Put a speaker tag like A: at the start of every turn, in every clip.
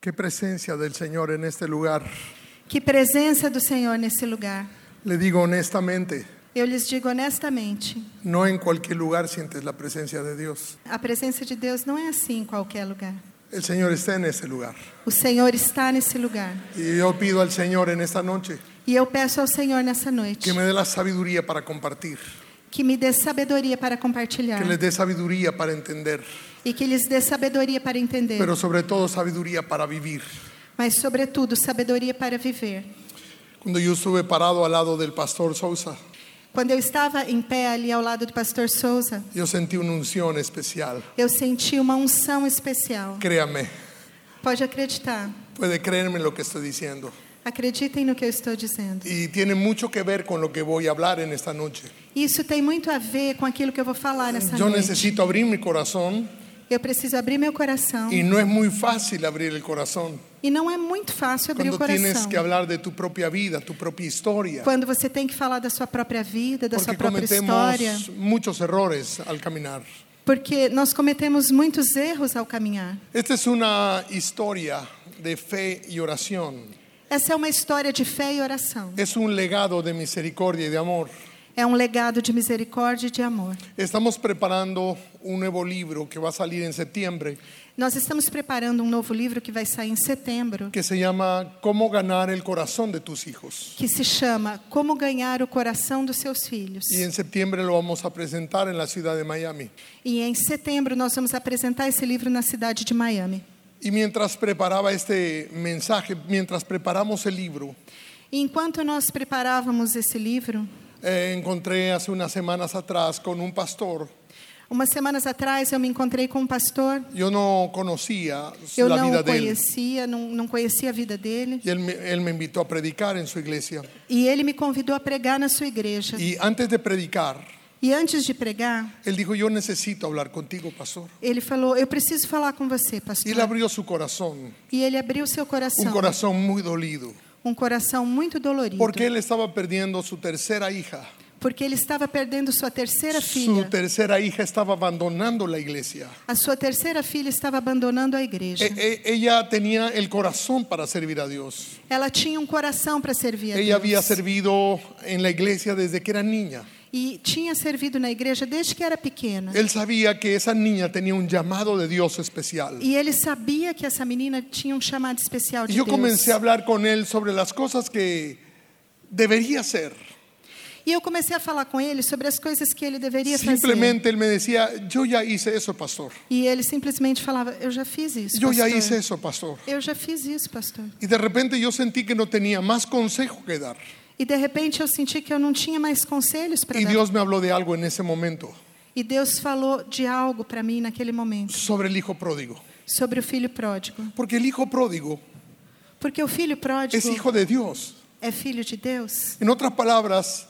A: Qué presencia del Señor en este lugar.
B: Que presença do Senhor nesse lugar.
A: Le digo honestamente,
B: Eu lhes digo honestamente,
A: no en cualquier lugar sientes la presencia de Dios.
B: a presença de Deus não é assim em qualquer lugar.
A: El Señor está en este lugar.
B: O Senhor está nesse lugar.
A: Y yo pido al Señor en esta noche
B: E eu peço ao Senhor nessa noite
A: que me dé la sabiduría para compartir,
B: que me dê sabedoria para compartilhar
A: que les dé sabiduría para entender,
B: e que lhes dê sabedoria para entender,
A: pero sobre todo sabiduría para vivir.
B: mas sobretudo sabedoria para viver.
A: Cuando yo estuve parado al lado del pastor Sousa,
B: Quando eu estava em pé ali ao lado do pastor Souza,
A: yo sentí una unción especial.
B: eu senti uma unção especial.
A: Créame,
B: Pode acreditar.
A: puede creerme lo que estoy diciendo.
B: Acreditem no que eu estou dizendo.
A: Y tiene mucho que ver con lo que voy a hablar en esta noche.
B: Isso tem muito a ver com aquilo que eu vou falar nessa
A: Yo
B: noite.
A: necesito abrir mi corazón
B: Eu preciso abrir meu coração.
A: y no es muy fácil abrir el corazón
B: E não é muito fácil abrir
A: cuando
B: o coração.
A: tienes que hablar de tu propia vida, tu propia historia,
B: Quando você tem que falar da sua própria vida, da sua
A: porque
B: própria
A: cometemos
B: história.
A: muchos errores al caminar.
B: Porque nós cometemos muitos erros ao caminhar.
A: Esta es una historia de fe y oración.
B: Essa é uma história de fé e oração.
A: Es un legado de misericordia y de amor.
B: É um legado de misericórdia e de amor.
A: Estamos preparando un nuevo libro que va a salir en septiembre
B: Nós estamos preparando um novo livro que vai sair em setembro,
A: que se llama Cómo ganar el corazón de tus hijos.
B: que se chama Como Ganhar o Coração dos Seus Filhos.
A: Y en septiembre lo vamos a presentar en la ciudad de Miami.
B: E em setembro nós vamos apresentar esse livro na cidade de Miami.
A: Y mientras preparaba este mensaje, mientras preparamos el libro,
B: E enquanto nós preparávamos esse livro,
A: eh, encontré hace unas semanas atrás con un pastor.
B: umas semanas atrás eu me encontrei com um pastor.
A: Yo no conocía
B: Eu
A: la
B: não
A: vida
B: o
A: de él.
B: conhecia, não, não conhecia a vida dele.
A: Y él me, él me invitó a predicar en su iglesia.
B: E ele me convidou a pregar na sua igreja.
A: Y antes de predicar,
B: E antes de pregar,
A: él dijo, yo necesito hablar contigo, pastor.
B: ele falou: Eu preciso falar com
A: Y
B: você,
A: él
B: pastor.
A: abrió su corazón,
B: E ele abriu seu
A: un
B: coração,
A: corazón muy dolido,
B: um coração muito dolorido,
A: porque él estaba perdiendo su tercera hija.
B: porque ele estava perdendo sua terceira
A: Su
B: filha.
A: tercera hija estaba abandonando la iglesia.
B: A sua terceira filha estava abandonando a igreja.
A: E- e- ella tenía el corazón para servir a Dios.
B: Ela tinha um coração para servir a
A: Ella había
B: Deus.
A: servido en la iglesia desde que era niña.
B: E tinha servido na igreja desde que era pequena.
A: Él sabía que esa niña tenía un llamado de Dios especial.
B: E ele sabia que essa menina tinha um chamado especial de
A: Y yo
B: Deus.
A: comencé a hablar con él sobre las cosas que debería hacer.
B: E eu comecei a falar com ele sobre as coisas que ele deveria fazer.
A: Simplemente él me decía, yo ya hice eso, pastor.
B: E ele simplesmente falava: Eu já fiz isso.
A: Yo ya
B: pastor.
A: hice eso, pastor.
B: Eu já fiz isso, pastor.
A: Y de repente yo sentí que no tenía más consejo que dar.
B: E de repente eu senti que eu não tinha mais conselhos para
A: Y
B: dar.
A: Dios me habló de algo en ese momento,
B: E Deus falou de algo para mim naquele momento
A: sobre el hijo pródigo.
B: sobre o filho pródigo.
A: Porque el hijo pródigo
B: Porque o filho pródigo
A: es hijo de Dios.
B: é filho de Deus.
A: En otras palabras,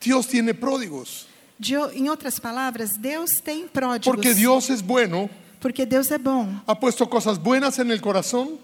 A: Dios tiene pródigos.
B: De, em outras palavras, Deus tem pródigos.
A: Porque Dios es bueno,
B: Porque Deus é bom.
A: ha puesto cosas buenas en el corazón,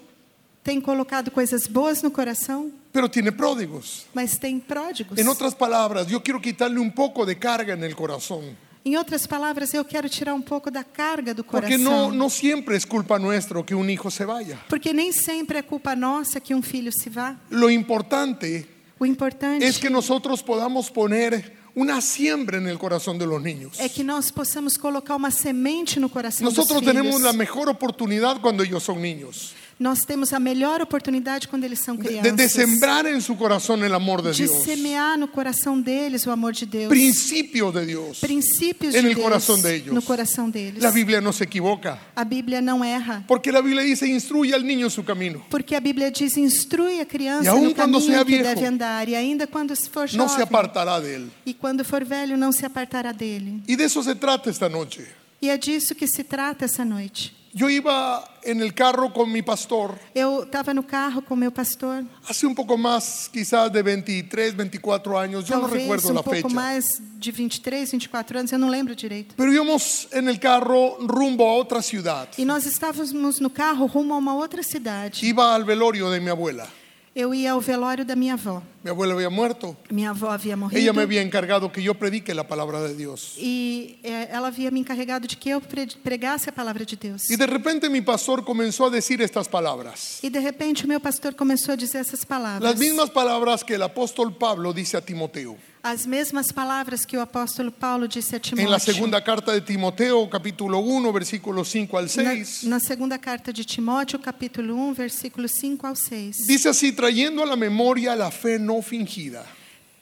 B: Tem colocado coisas boas no coração,
A: pero tiene pródigos.
B: mas tem pródigos.
A: En otras palabras, yo quiero quitarle un poco de carga en el corazón.
B: Em outras palavras, eu quero tirar um pouco da carga do
A: Porque
B: coração.
A: no, no siempre es culpa nuestro que un hijo se vaya.
B: Porque nem sempre é culpa nossa que um filho se vá.
A: Lo importante
B: O importante
A: es É que nosotros podamos poner una siembra en el corazón de los niños.
B: é que nós possamos colocar uma semente no coração
A: Nosotros
B: dos filhos.
A: tenemos la mejor oportunidad cuando ellos son niños
B: Nós temos a melhor oportunidade quando eles são
A: de,
B: crianças.
A: de sembrar en su corazón el amor de
B: de
A: Dios,
B: semear no coração deles o amor de Deus.
A: principios de Dios.
B: princípios
A: en
B: de
A: el
B: Deus
A: coração deles.
B: no coração deles.
A: La Biblia no se equivoca.
B: A Bíblia não erra.
A: Porque la Biblia dice, instruye al niño en su camino.
B: Porque a Bíblia diz: instrui a
A: E
B: criança
A: aun
B: no
A: quando
B: caminho
A: seja
B: que
A: viejo,
B: deve andar, e ainda quando se for
A: No
B: jovem,
A: se apartará de él.
B: e quando for velho, não se apartará dele.
A: Y de eso se trata esta noche.
B: E é disso que se trata essa noite.
A: Yo iba en el carro con mi pastor
B: Eu estava no carro com meu pastor,
A: hace un poco más, quizás de 23, 24 años. Yo no
B: talvez
A: recuerdo
B: um
A: la fecha.
B: pouco mais de 23, 24 anos, eu não lembro direito.
A: Pero íbamos en el carro rumbo a otra ciudad.
B: E nós estávamos no carro rumo a uma outra cidade.
A: Iba al velorio de mi abuela.
B: Eu ia ao velório da minha avó.
A: Mi abuela había muerto.
B: Minha avó havia
A: Ella
B: morrido
A: me había encargado que yo predique la palabra de Dios.
B: e eh, ela havia me encarregado de que eu pre- pregasse a palavra de Deus.
A: Y de repente mi pastor comenzó a decir estas palabras.
B: E de repente o meu pastor começou a dizer essas palavras.
A: Las mismas palabras que el apóstol Pablo dice a Timoteo.
B: As mesmas palavras que o apóstolo Paulo disse a Timóteo.
A: En la segunda carta de Timoteo, capítulo 1, versículos 5 al
B: Na-
A: 6,
B: na segunda carta de Timóteo, capítulo 1, versículo 5 ao 6.
A: dice así, trayendo a la memoria la fe no fingida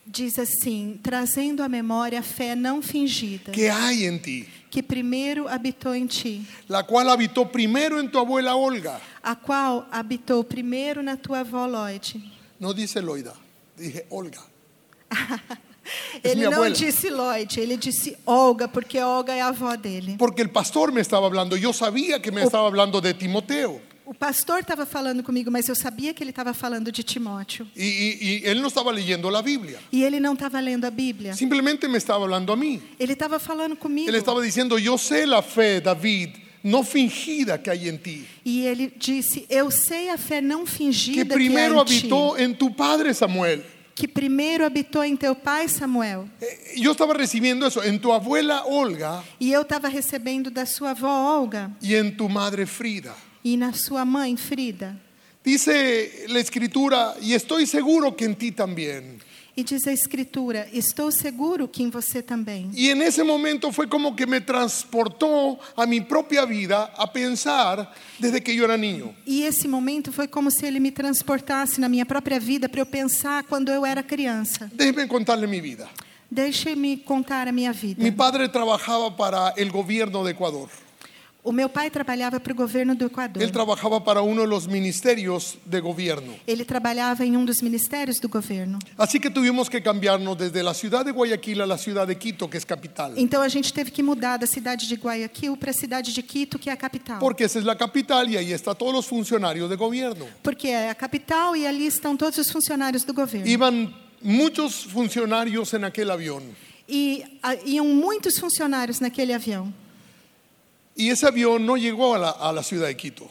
B: Diz assim: trazendo à memória a fé não fingida,
A: que hay en ti,
B: que primeiro habitou em ti,
A: la cual habitó primero en tu abuela Olga.
B: a qual habitou primeiro na tua avó Lloyd.
A: No dice Loida, dije Olga. Es
B: Ele
A: É minha
B: não
A: abuela.
B: disse Lloyd, ele disse Olga, porque Olga é a avó dele.
A: Porque el pastor me estaba hablando, yo sabía que me estaba hablando de Timoteo.
B: O pastor estava falando comigo, mas eu sabia que ele estava falando de Timóteo.
A: Y, y- y él no estaba leyendo la Biblia,
B: E ele não estava lendo a Bíblia.
A: simplemente me estaba hablando a mí.
B: Ele estava falando comigo.
A: Él estaba diciendo, yo sé la fe, David, no fingida que hay en ti,
B: E ele disse: Eu sei a fé não
A: que
B: fingida que, há
A: primero
B: em ti,
A: habitó en tu padre Samuel.
B: que primeiro habitou em teu pai Samuel.
A: Eh, Yo estaba recibiendo eso en tu abuela Olga
B: E eu estava recebendo da sua avó Olga
A: y en tu madre Frida.
B: e na sua mãe Frida.
A: Dice la escritura, y estoy seguro que en ti también.
B: E diz a escritura: Estou seguro que em você também.
A: Y en ese momento fue como que me transportó a mi propia vida a pensar desde que yo era niño.
B: E esse momento foi como se ele me transportasse na minha própria vida para eu pensar quando eu era criança.
A: Déjenme contarle mi vida.
B: Deixe-me contar a minha vida.
A: Mi padre trabajaba para el gobierno de Ecuador.
B: O meu pai trabalhava para o governo do Equador.
A: Él trabajaba para uno de los ministerios de gobierno.
B: Ele trabalhava em um dos ministérios do governo.
A: Así que tuvimos que cambiarnos desde la ciudad de Guayaquil a la ciudad de Quito, que es capital.
B: Então a gente teve que mudar da cidade de Guayaquil para a cidade de Quito, que é a capital.
A: Porque esa es la capital y ahí están todos los funcionarios de gobierno.
B: Porque é a capital e ali estão todos os funcionários do governo. E,
A: Iban muchos funcionarios en aquel avión.
B: a- iam muitos funcionários naquele avião.
A: Y ese avión no llegó a la, a la ciudad de Quito.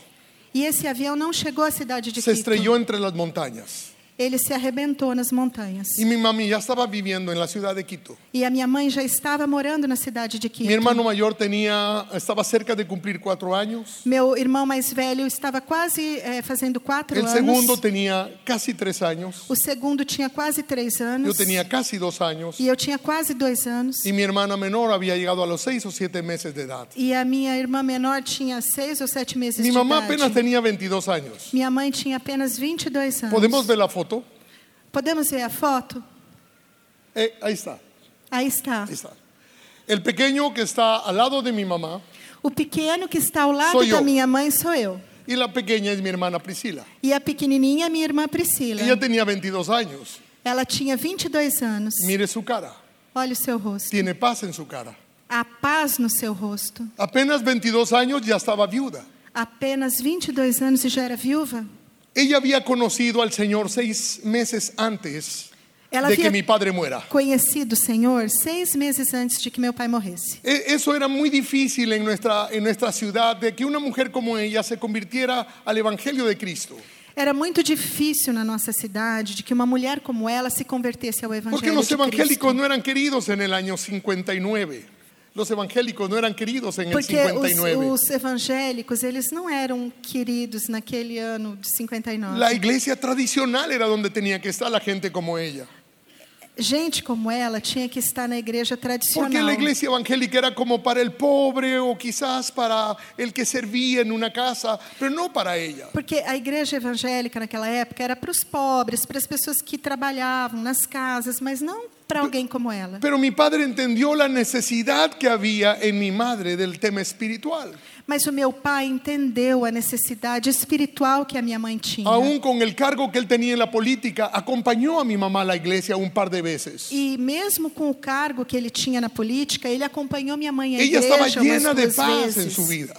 B: E esse avião não chegou à cidade de
A: Se
B: Quito.
A: estrelló entre las montañas.
B: Ele se arrebentou nas montanhas.
A: Y mi mami ya estaba viviendo en la ciudad de Quito.
B: E a minha mãe já estava morando na cidade de Quito.
A: Mi hermano mayor tenía, estaba cerca de cumplir cuatro años.
B: Meu irmão mais velho estava quase eh, fazendo quatro
A: El
B: anos.
A: segundo tenía casi tres años.
B: O segundo tinha quase três
A: Yo
B: anos.
A: tenía casi dos años.
B: E eu tinha quase dois anos.
A: Y mi hermana menor había llegado a los seis o siete meses de edad.
B: E a minha irmã menor tinha seis ou sete meses
A: Mi
B: de
A: mamá
B: idade.
A: apenas tenía 22 anos.
B: Minha mãe tinha apenas 22 anos.
A: ¿Podemos ver la foto?
B: Podemos ver a foto?
A: Eh, ahí está,
B: Aí está.
A: ahí está. El pequeño que está al lado de mi mamá
B: O pequeno que está ao lado
A: Sou eu.
B: da minha mãe sou eu.
A: y la pequeña es mi hermana Priscila.
B: E a pequenininha é minha irmã Priscila.
A: Ella tenía 22 años.
B: Ela tinha 22 anos.
A: Mire su cara.
B: Olha o seu rosto.
A: Tiene paz en su cara.
B: A paz no seu rosto.
A: Apenas 22 años ya estaba viuda.
B: Apenas 22 anos e já era viúva?
A: Ella había conocido al Señor seis meses antes
B: Ela
A: de que
B: havia
A: mi padre muera.
B: conhecido o Senhor seis meses antes de que meu pai morresse.
A: E- Eso era muy difícil en nuestra, en nuestra ciudad, de que una mujer como ella se convirtiera al Evangelio de Cristo.
B: Era muito difícil na nossa cidade de que uma mulher como ela se convertesse ao Evangelho
A: Porque los
B: de Cristo.
A: evangélicos no eran queridos en el año 59. Los evangélicos no eran queridos en el
B: Porque
A: 59.
B: os, os evangélicos, eles não eram queridos naquele ano de 59.
A: La iglesia tradicional era donde tenía que estar la gente como ella.
B: Gente como ela tinha que estar na igreja
A: Porque la
B: tradicional.
A: iglesia evangélica era como para el pobre o quizás para el que servía en una casa, pero no para ella.
B: Porque a igreja evangélica naquela época era para os pobres, para as pessoas que trabalhavam nas casas, mas não para alguém como ela.
A: Pero mi padre entendió la necesidad que había en mi madre del tema espiritual.
B: Mas o meu pai entendeu a necessidade espiritual que a minha mãe tinha.
A: Aún con el cargo que él tenía en la política, acompañó a mi mamá a la iglesia un par de veces.
B: E mesmo com o cargo que ele tinha na política, ele acompanhou minha mãe à
A: Ella
B: igreja
A: estaba
B: umas
A: llena de
B: duas
A: paz en
B: vezes.
A: su vida.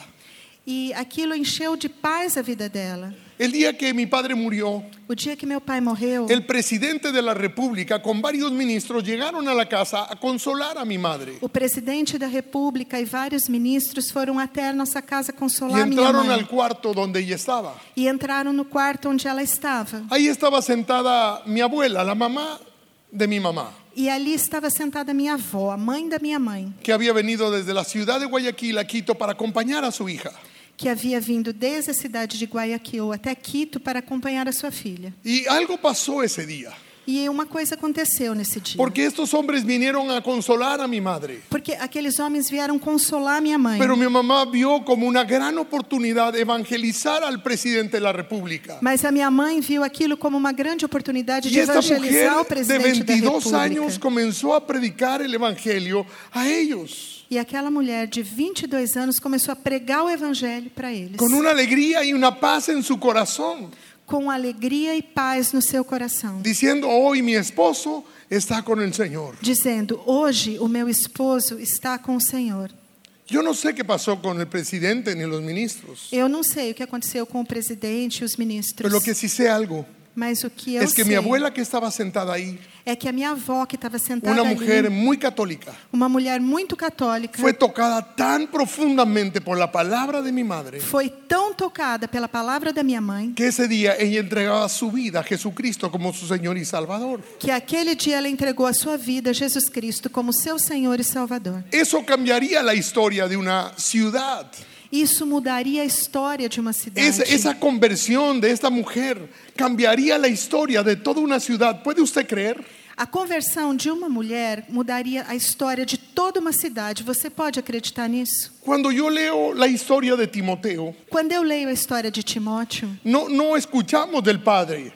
B: E aquilo encheu de paz a vida dela.
A: El día que mi padre murió,
B: O dia que meu pai morreu,
A: el presidente de la República con varios ministros llegaron a la casa a consolar a mi madre.
B: o presidente da República e vários ministros foram até a nossa casa
A: Y
B: consolar minha
A: entraron
B: mãe.
A: al cuarto donde ella estaba.
B: E entraram no quarto onde ela estava.
A: Ahí estaba sentada mi abuela, la mamá de mi mamá,
B: E ali estava sentada minha avó, a mãe da minha mãe,
A: que había venido desde la ciudad de Guayaquil a Quito para acompañar a su hija.
B: que havia vindo desde a cidade de Guayaquil até Quito para acompanhar a sua filha.
A: Y algo pasó ese día,
B: E uma coisa aconteceu nesse dia.
A: porque estos hombres vinieron a consolar a mi madre.
B: Porque aqueles homens vieram consolar minha mãe.
A: Pero mi mamá vio como una gran oportunidad evangelizar al presidente de la República.
B: Mas a minha mãe viu aquilo como uma grande oportunidade de
A: Y esta mujer
B: evangelizar o
A: de
B: presidente da
A: 22
B: República.
A: años comenzó a predicar el evangelio a ellos
B: E aquela mulher de 22 anos começou a pregar o evangelho para eles,
A: con una alegría y una paz en su corazón,
B: com alegria e paz no seu coração,
A: diciendo, hoy mi esposo está con el Señor.
B: dizendo: Hoje o meu esposo está com o Senhor.
A: Yo no sé qué pasó con el presidente ni los ministros,
B: Eu não sei o que aconteceu com o presidente e os ministros,
A: pero lo que sí sé algo
B: mas o que eu
A: es que
B: sei
A: mi abuela que estaba sentada ahí,
B: é que a minha avó, que estava sentada
A: una mujer
B: ali,
A: muy católica,
B: uma mulher muito católica,
A: fue tocada tan profundamente por la palabra de mi madre
B: foi tão tocada pela palavra da minha mãe
A: que ese día ella entregaba su vida a Jesucristo como su Señor y Salvador.
B: que aquele dia ela entregou a sua vida a Jesus Cristo como seu Senhor e Salvador.
A: Eso cambiaria la historia de una ciudad.
B: Isso mudaria a história de uma cidade.
A: Esa, esa conversión de esta mujer cambiaría la historia de toda una ciudad. ¿Puede usted creer?
B: A conversão de uma mulher mudaria a história de toda uma cidade. Você pode acreditar nisso?
A: Cuando yo leo la historia de Timoteo,
B: Quando eu leio a história de Timóteo,
A: no, no escuchamos del padre.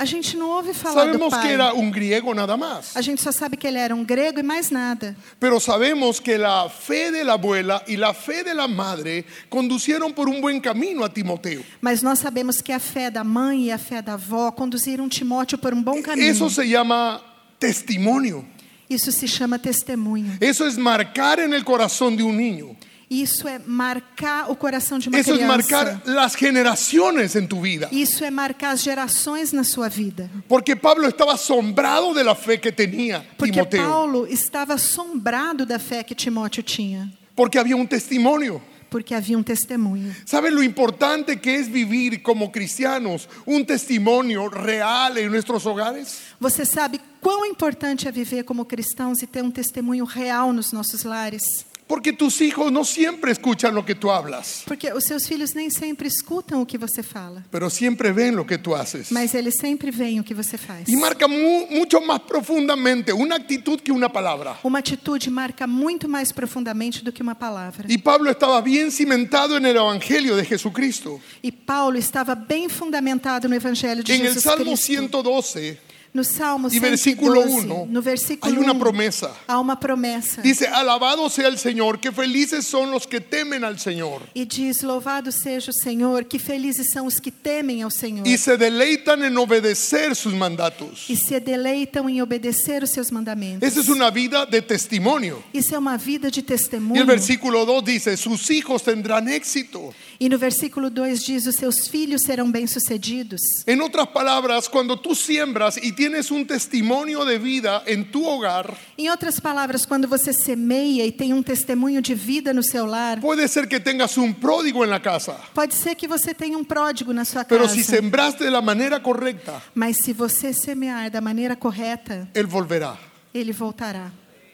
B: a gente não ouve falar do
A: Sabemos
B: pai.
A: que era un griego nada más,
B: A gente só sabe que ele era um grego e mais nada.
A: pero sabemos que la fe de la abuela y la fe de la madre conducieron por un buen camino a Timoteo.
B: Mas nós sabemos que a fé da mãe e a fé da avó conduziram Timóteo por um bom caminho.
A: Eso se llama testimonio.
B: Isso se chama testemunho.
A: Eso es marcar en el corazón de un niño.
B: Isso é marcar o coração de uma
A: Eso es
B: criança.
A: é marcar las generaciones en tu vida.
B: Isso é marcar as gerações na sua vida.
A: Porque Pablo estaba assombrado de la fe que tenía
B: Porque
A: Timoteo.
B: Paulo estava assombrado da fé que Timóteo tinha,
A: Porque había un testimonio.
B: porque havia um testemunho.
A: ¿Saben lo importante que es vivir como cristianos un testimonio real en nuestros hogares?
B: Você sabe quão importante é viver como cristãos e ter um testemunho real nos nossos lares?
A: Porque tus hijos no siempre escuchan lo que tú hablas,
B: Porque os seus filhos nem sempre escutam o que você fala,
A: pero siempre ven lo que tú haces.
B: mas eles sempre veem o que você faz.
A: Y marca mu- mucho más profundamente una actitud que una palabra.
B: Uma atitude marca muito mais profundamente do que uma palavra.
A: Y Pablo estaba bien cimentado en el Evangelio de Jesucristo.
B: E Paulo estava bem fundamentado no Evangelho de
A: En el
B: Jesus
A: Salmo
B: Cristo.
A: 112
B: No Salmo
A: y versículo
B: 112,
A: 1
B: no versículo
A: hay una
B: 1,
A: promesa.
B: há uma promessa.
A: Dice, alabado sea el Señor, que felices son los que temen al Señor
B: E diz: Louvado seja o Senhor, que felizes são os que temem ao Senhor
A: y se deleitan en obedecer sus mandatos.
B: e se deleitam em obedecer os seus mandamentos.
A: Esa es una vida de testimonio.
B: Isso é uma vida de
A: Y
B: testemunho.
A: el versículo 2 dice, sus hijos tendrán éxito.
B: E no versículo 2 diz: Os seus filhos serão bem-sucedidos.
A: En otras palabras, cuando tú siembras e tienes un testimonio de vida en tu hogar,
B: Em outras palavras, quando você semeia e tem um testemunho de vida no seu lar,
A: puede ser que tengas un pródigo en la casa,
B: pode ser que você tenha um pródigo na sua
A: pero
B: casa.
A: si sembraste de la manera correcta,
B: Mas se você semear da maneira correta,
A: él volverá.
B: ele voltará.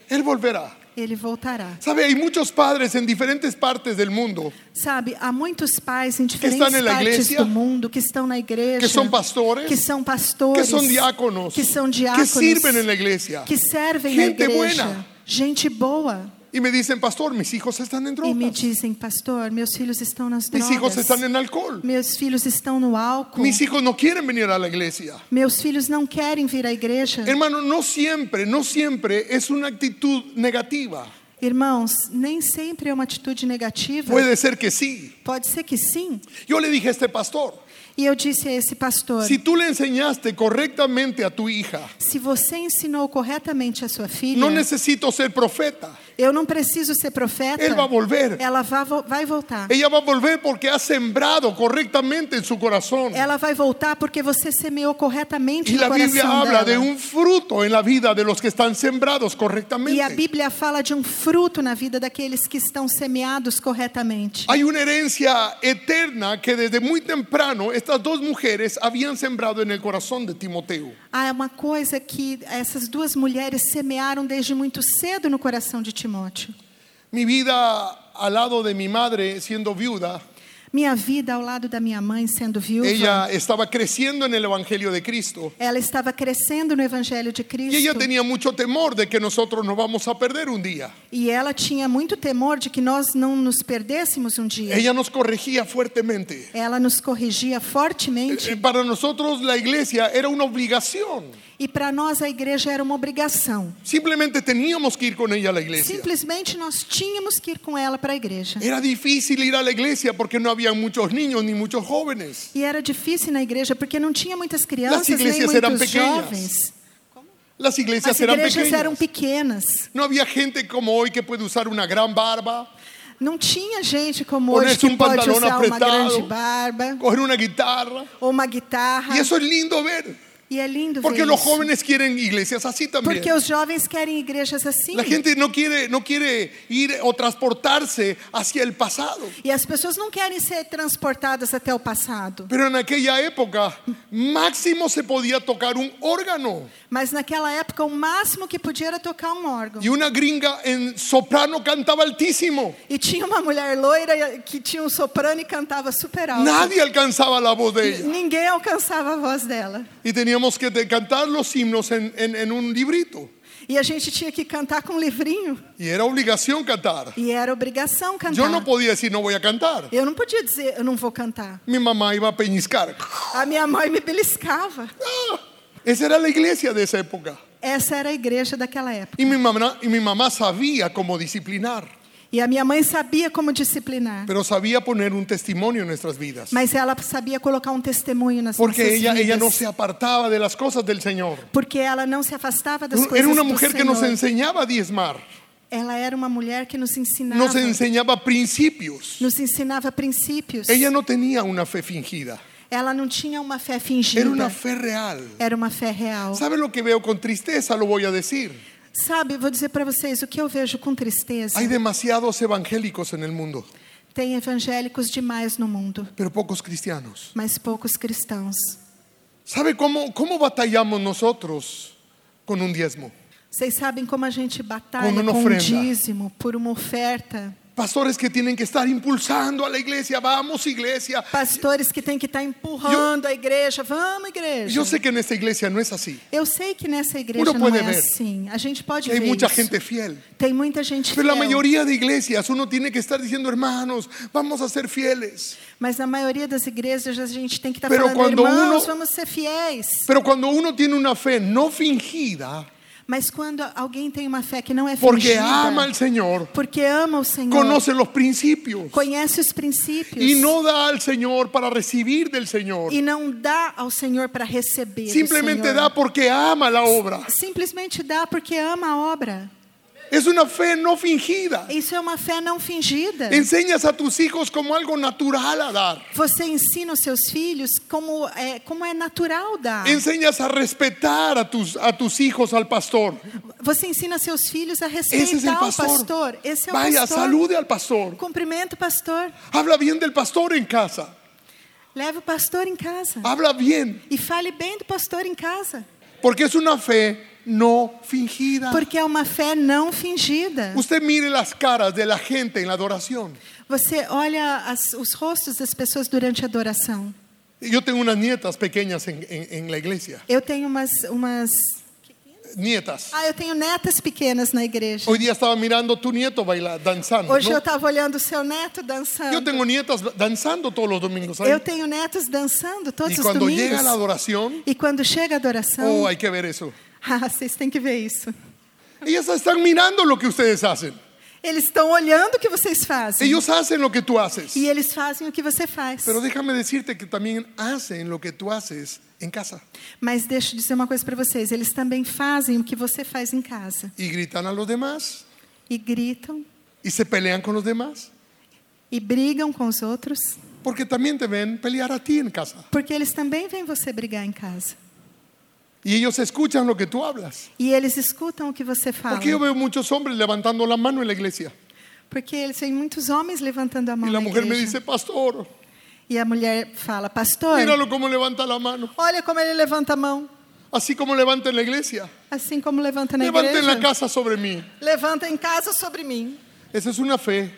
A: Él volverá.
B: Ele voltará.
A: Sabe, hay muchos padres en diferentes partes del mundo
B: Sabe, há muitos pais em
A: estão
B: diferentes
A: na
B: partes
A: igreja,
B: do mundo que estão na igreja,
A: que são pastores,
B: que são pastores,
A: que são diáconos,
B: que são
A: que
B: diáconos,
A: sirven en la iglesia.
B: que servem
A: Gente
B: na igreja,
A: buena.
B: gente boa.
A: Y me dicen, pastor, mis hijos están en
B: E me
A: drogas,
B: dizem, pastor, meus filhos estão nas drogas,
A: mis hijos están en alcohol,
B: meus filhos estão no álcool,
A: mis hijos no quieren venir a la iglesia.
B: meus filhos não querem vir à igreja.
A: Hermano, no siempre, no siempre es una actitud negativa.
B: Irmãos, nem sempre é uma atitude negativa.
A: Puede ser que sí.
B: Pode ser que sim.
A: Yo le dije a este pastor,
B: E eu disse a esse pastor:
A: Si tú le enseñaste correctamente a tu hija,
B: se você ensinou corretamente a sua filha,
A: no necesito ser profeta.
B: eu não preciso ser profeta.
A: Él va a volver.
B: Ela va- vai voltar.
A: Ella va a volver porque ha sembrado correctamente en su corazón.
B: Ela vai voltar porque você semeou corretamente
A: Y
B: no
A: la
B: coração
A: Biblia habla
B: dela.
A: de un fruto en la vida de los que están sembrados
B: E a
A: correctamente.
B: Bíblia fala de um fruto na vida daqueles que estão semeados corretamente.
A: Hay una herencia eterna que desde muy temprano estas dos mujeres habían sembrado en el corazón de Timoteo.
B: Há Ah, é uma coisa que essas duas mulheres semearam desde muito cedo no coração de Timóteo.
A: Mi vida al lado de mi madre siendo viuda,
B: Minha vida ao lado da minha mãe sendo viúva,
A: ella estaba creciendo en el Evangelio de Cristo.
B: ela estava crescendo no evangelho de
A: Y
B: Cristo.
A: ella tenía mucho temor de que nosotros nos vamos a perder un día.
B: E ela tinha muito temor de que nós não nos perdêssemos um dia.
A: Ella nos corregía fuertemente.
B: Ela nos corrigia fortemente
A: Eh, Para nosotros la iglesia era una obligación.
B: e para nós a igreja era uma obrigação.
A: Simplemente teníamos que ir con ella a la iglesia.
B: Simplesmente nós tínhamos que ir com ela para a igreja.
A: Era difícil ir a la iglesia porque no había muchos niños ni muchos jóvenes.
B: E era difícil na igreja porque não tinha muitas crianças nem
A: igrejas eram
B: muitos
A: pequeñas.
B: jovens.
A: Las iglesias
B: As
A: eran
B: igrejas
A: pequeñas.
B: eram pequenas.
A: No había gente como hoy que puede usar una gran barba,
B: Não tinha gente como
A: Ponerse
B: hoje que
A: um
B: pode
A: pantalão
B: usar uma
A: apertado.
B: grande barba
A: coger una guitarra.
B: ou uma guitarra.
A: Y eso es lindo ver,
B: E é lindo
A: porque
B: ver
A: los
B: isso.
A: jóvenes quieren iglesias así también.
B: Porque os jovens querem igrejas assim.
A: La gente no quiere, no quiere ir o transportarse hacia el pasado.
B: E as pessoas não querem ser transportadas até o passado.
A: Pero en aquella época máximo se podía tocar un órgano
B: Mas naquela época o máximo que podia era tocar um órgão.
A: y una gringa en soprano cantaba altísimo.
B: E tinha uma mulher loira que tinha um soprano e cantava super alto.
A: Nadie alcanzava la voz de ella.
B: Ninguém alcançava a voz dela.
A: Y teníamos que de- cantar los himnos en, en- en un librito.
B: E a gente tinha que cantar com um livrinho.
A: Y era obligación cantar.
B: E era obrigação cantar.
A: Yo no podía decir no voy a cantar.
B: Eu não podia dizer, eu não vou cantar.
A: Mi mamá iba a peñiscar.
B: A minha mãe me beliscava.
A: ¡Ah! Esa era la iglesia de esa época.
B: Essa era a igreja daquela época.
A: Y mi mamá, y mi mamá sabía cómo disciplinar,
B: E a minha mãe sabia como disciplinar,
A: pero sabía poner un testimonio en nuestras vidas.
B: mas ela sabia colocar um testemunho nas nossas
A: Porque ella,
B: vidas.
A: ella no se apartaba de las cosas del Señor.
B: Porque ela não se afastava das coisas
A: Era una
B: do
A: mujer que
B: Senhor.
A: nos enseñaba a diezmar,
B: Ela era uma mulher que nos ensinava,
A: nos enseñaba principios.
B: nos ensinava princípios.
A: Ella no tenía una fe fingida,
B: Ela não tinha uma fé fingida.
A: era una fe real.
B: Era uma fé real.
A: ¿Sabe lo que veo con tristeza? Lo voy a decir.
B: Sabe, eu vou dizer para vocês o que eu vejo com tristeza.
A: Hay demasiados evangélicos en el mundo,
B: Tem evangélicos demais no mundo,
A: pero pocos cristianos.
B: mas poucos cristãos.
A: ¿Sabe cómo, cómo batallamos nosotros con un diezmo?
B: Vocês sabem como a gente batalha
A: Como uma
B: com um
A: ofrenda.
B: dízimo por uma oferta?
A: Pastores que tienen que estar impulsando a la iglesia, vamos iglesia.
B: Pastores que têm que estar empurrando a igreja. Vamos, igreja.
A: Yo sé que en esta iglesia no es así.
B: Eu sei que nessa igreja
A: Uno
B: não
A: puede
B: é
A: ver.
B: assim. A gente pode
A: Hay
B: ver
A: mucha
B: isso.
A: gente fiel.
B: Tem muita gente
A: Pero la
B: fiel.
A: mayoría de iglesias uno tiene que estar diciendo, hermanos, vamos a ser fieles.
B: Mas na maioria das igrejas a gente tem que estar
A: Pero
B: falando,
A: quando
B: irmãos,
A: uno-
B: vamos ser fiéis.
A: Pero cuando uno tiene una fe no fingida,
B: Mas quando alguém tem uma fé que não é
A: porque
B: fingida,
A: ama al Señor,
B: porque ama o Senhor,
A: conoce los principios
B: conhece os princípios
A: y no da al Señor para recibir del Señor,
B: e não dá ao Senhor para receber. do
A: simplemente
B: Senhor.
A: da porque ama la obra.
B: Simplesmente dá porque ama a obra.
A: Es una fe no fingida.
B: Isso é uma fé não fingida.
A: Enseñas a tus hijos como algo natural a dar.
B: Você ensina os seus filhos como é, como é natural dar.
A: Enseñas a respetar a tus, a tus hijos al pastor.
B: Você ensina seus filhos a respeitar
A: Ese es el
B: o
A: pastor.
B: pastor. Esse é o
A: Vaya,
B: pastor.
A: salude al pastor.
B: Cumprimento o pastor.
A: Habla bien del pastor en casa.
B: Leve o pastor em casa.
A: Habla bien.
B: E fale bem do pastor em casa.
A: Porque es una fe no fingida.
B: Porque é uma fé não fingida.
A: Usted mire las caras de la gente en la adoración.
B: Você olha as- os rostos das pessoas durante a adoração.
A: Yo tengo unas nietas pequeñas en, en- en la iglesia.
B: Eu tenho umas, umas.
A: Nietas.
B: Ah, eu tenho netas pequenas na igreja.
A: Hoy día estaba mirando tu nieto bailar, danzando.
B: Hoje
A: ¿no?
B: eu estava olhando o seu neto
A: Yo
B: dançando.
A: tengo nietas danzando todos los domingos. ¿sabe?
B: Eu tenho netos dançando todos
A: Y
B: os
A: cuando llega la
B: domingos.
A: adoración,
B: E quando chega a adoração,
A: oh, hay que ver eso.
B: ah, vocês têm que ver isso.
A: Ellas están mirando lo que ustedes hacen.
B: Eles estão olhando o que vocês fazem.
A: Ellos hacen lo que tú haces.
B: E eles fazem o que você faz.
A: Pero déjame decirte que también hacen lo que tú haces en casa.
B: Mas deixa eu dizer uma coisa para vocês: eles também fazem o que você faz em casa.
A: Y gritan a los demás.
B: E gritam,
A: Y se pelean con los demás.
B: e brigam com os outros,
A: Porque también te ven pelear a ti en casa.
B: porque eles também veem você brigar em casa.
A: Y ellos escuchan lo que tú hablas.
B: E eles escutam o que você fala.
A: Porque yo veo muchos hombres levantando la mano en la iglesia.
B: Porque eles têm muitos homens levantando a mão.
A: Y la
B: na
A: mujer me
B: igreja.
A: dice, pastor,
B: E a mulher fala, pastor,
A: míralo cómo levanta la mano.
B: olha como ele levanta a mão,
A: Así como levanta en la iglesia.
B: assim como levanta na
A: Levanten
B: igreja.
A: la casa sobre mí.
B: Levanta em casa sobre mim.
A: Esa es una fe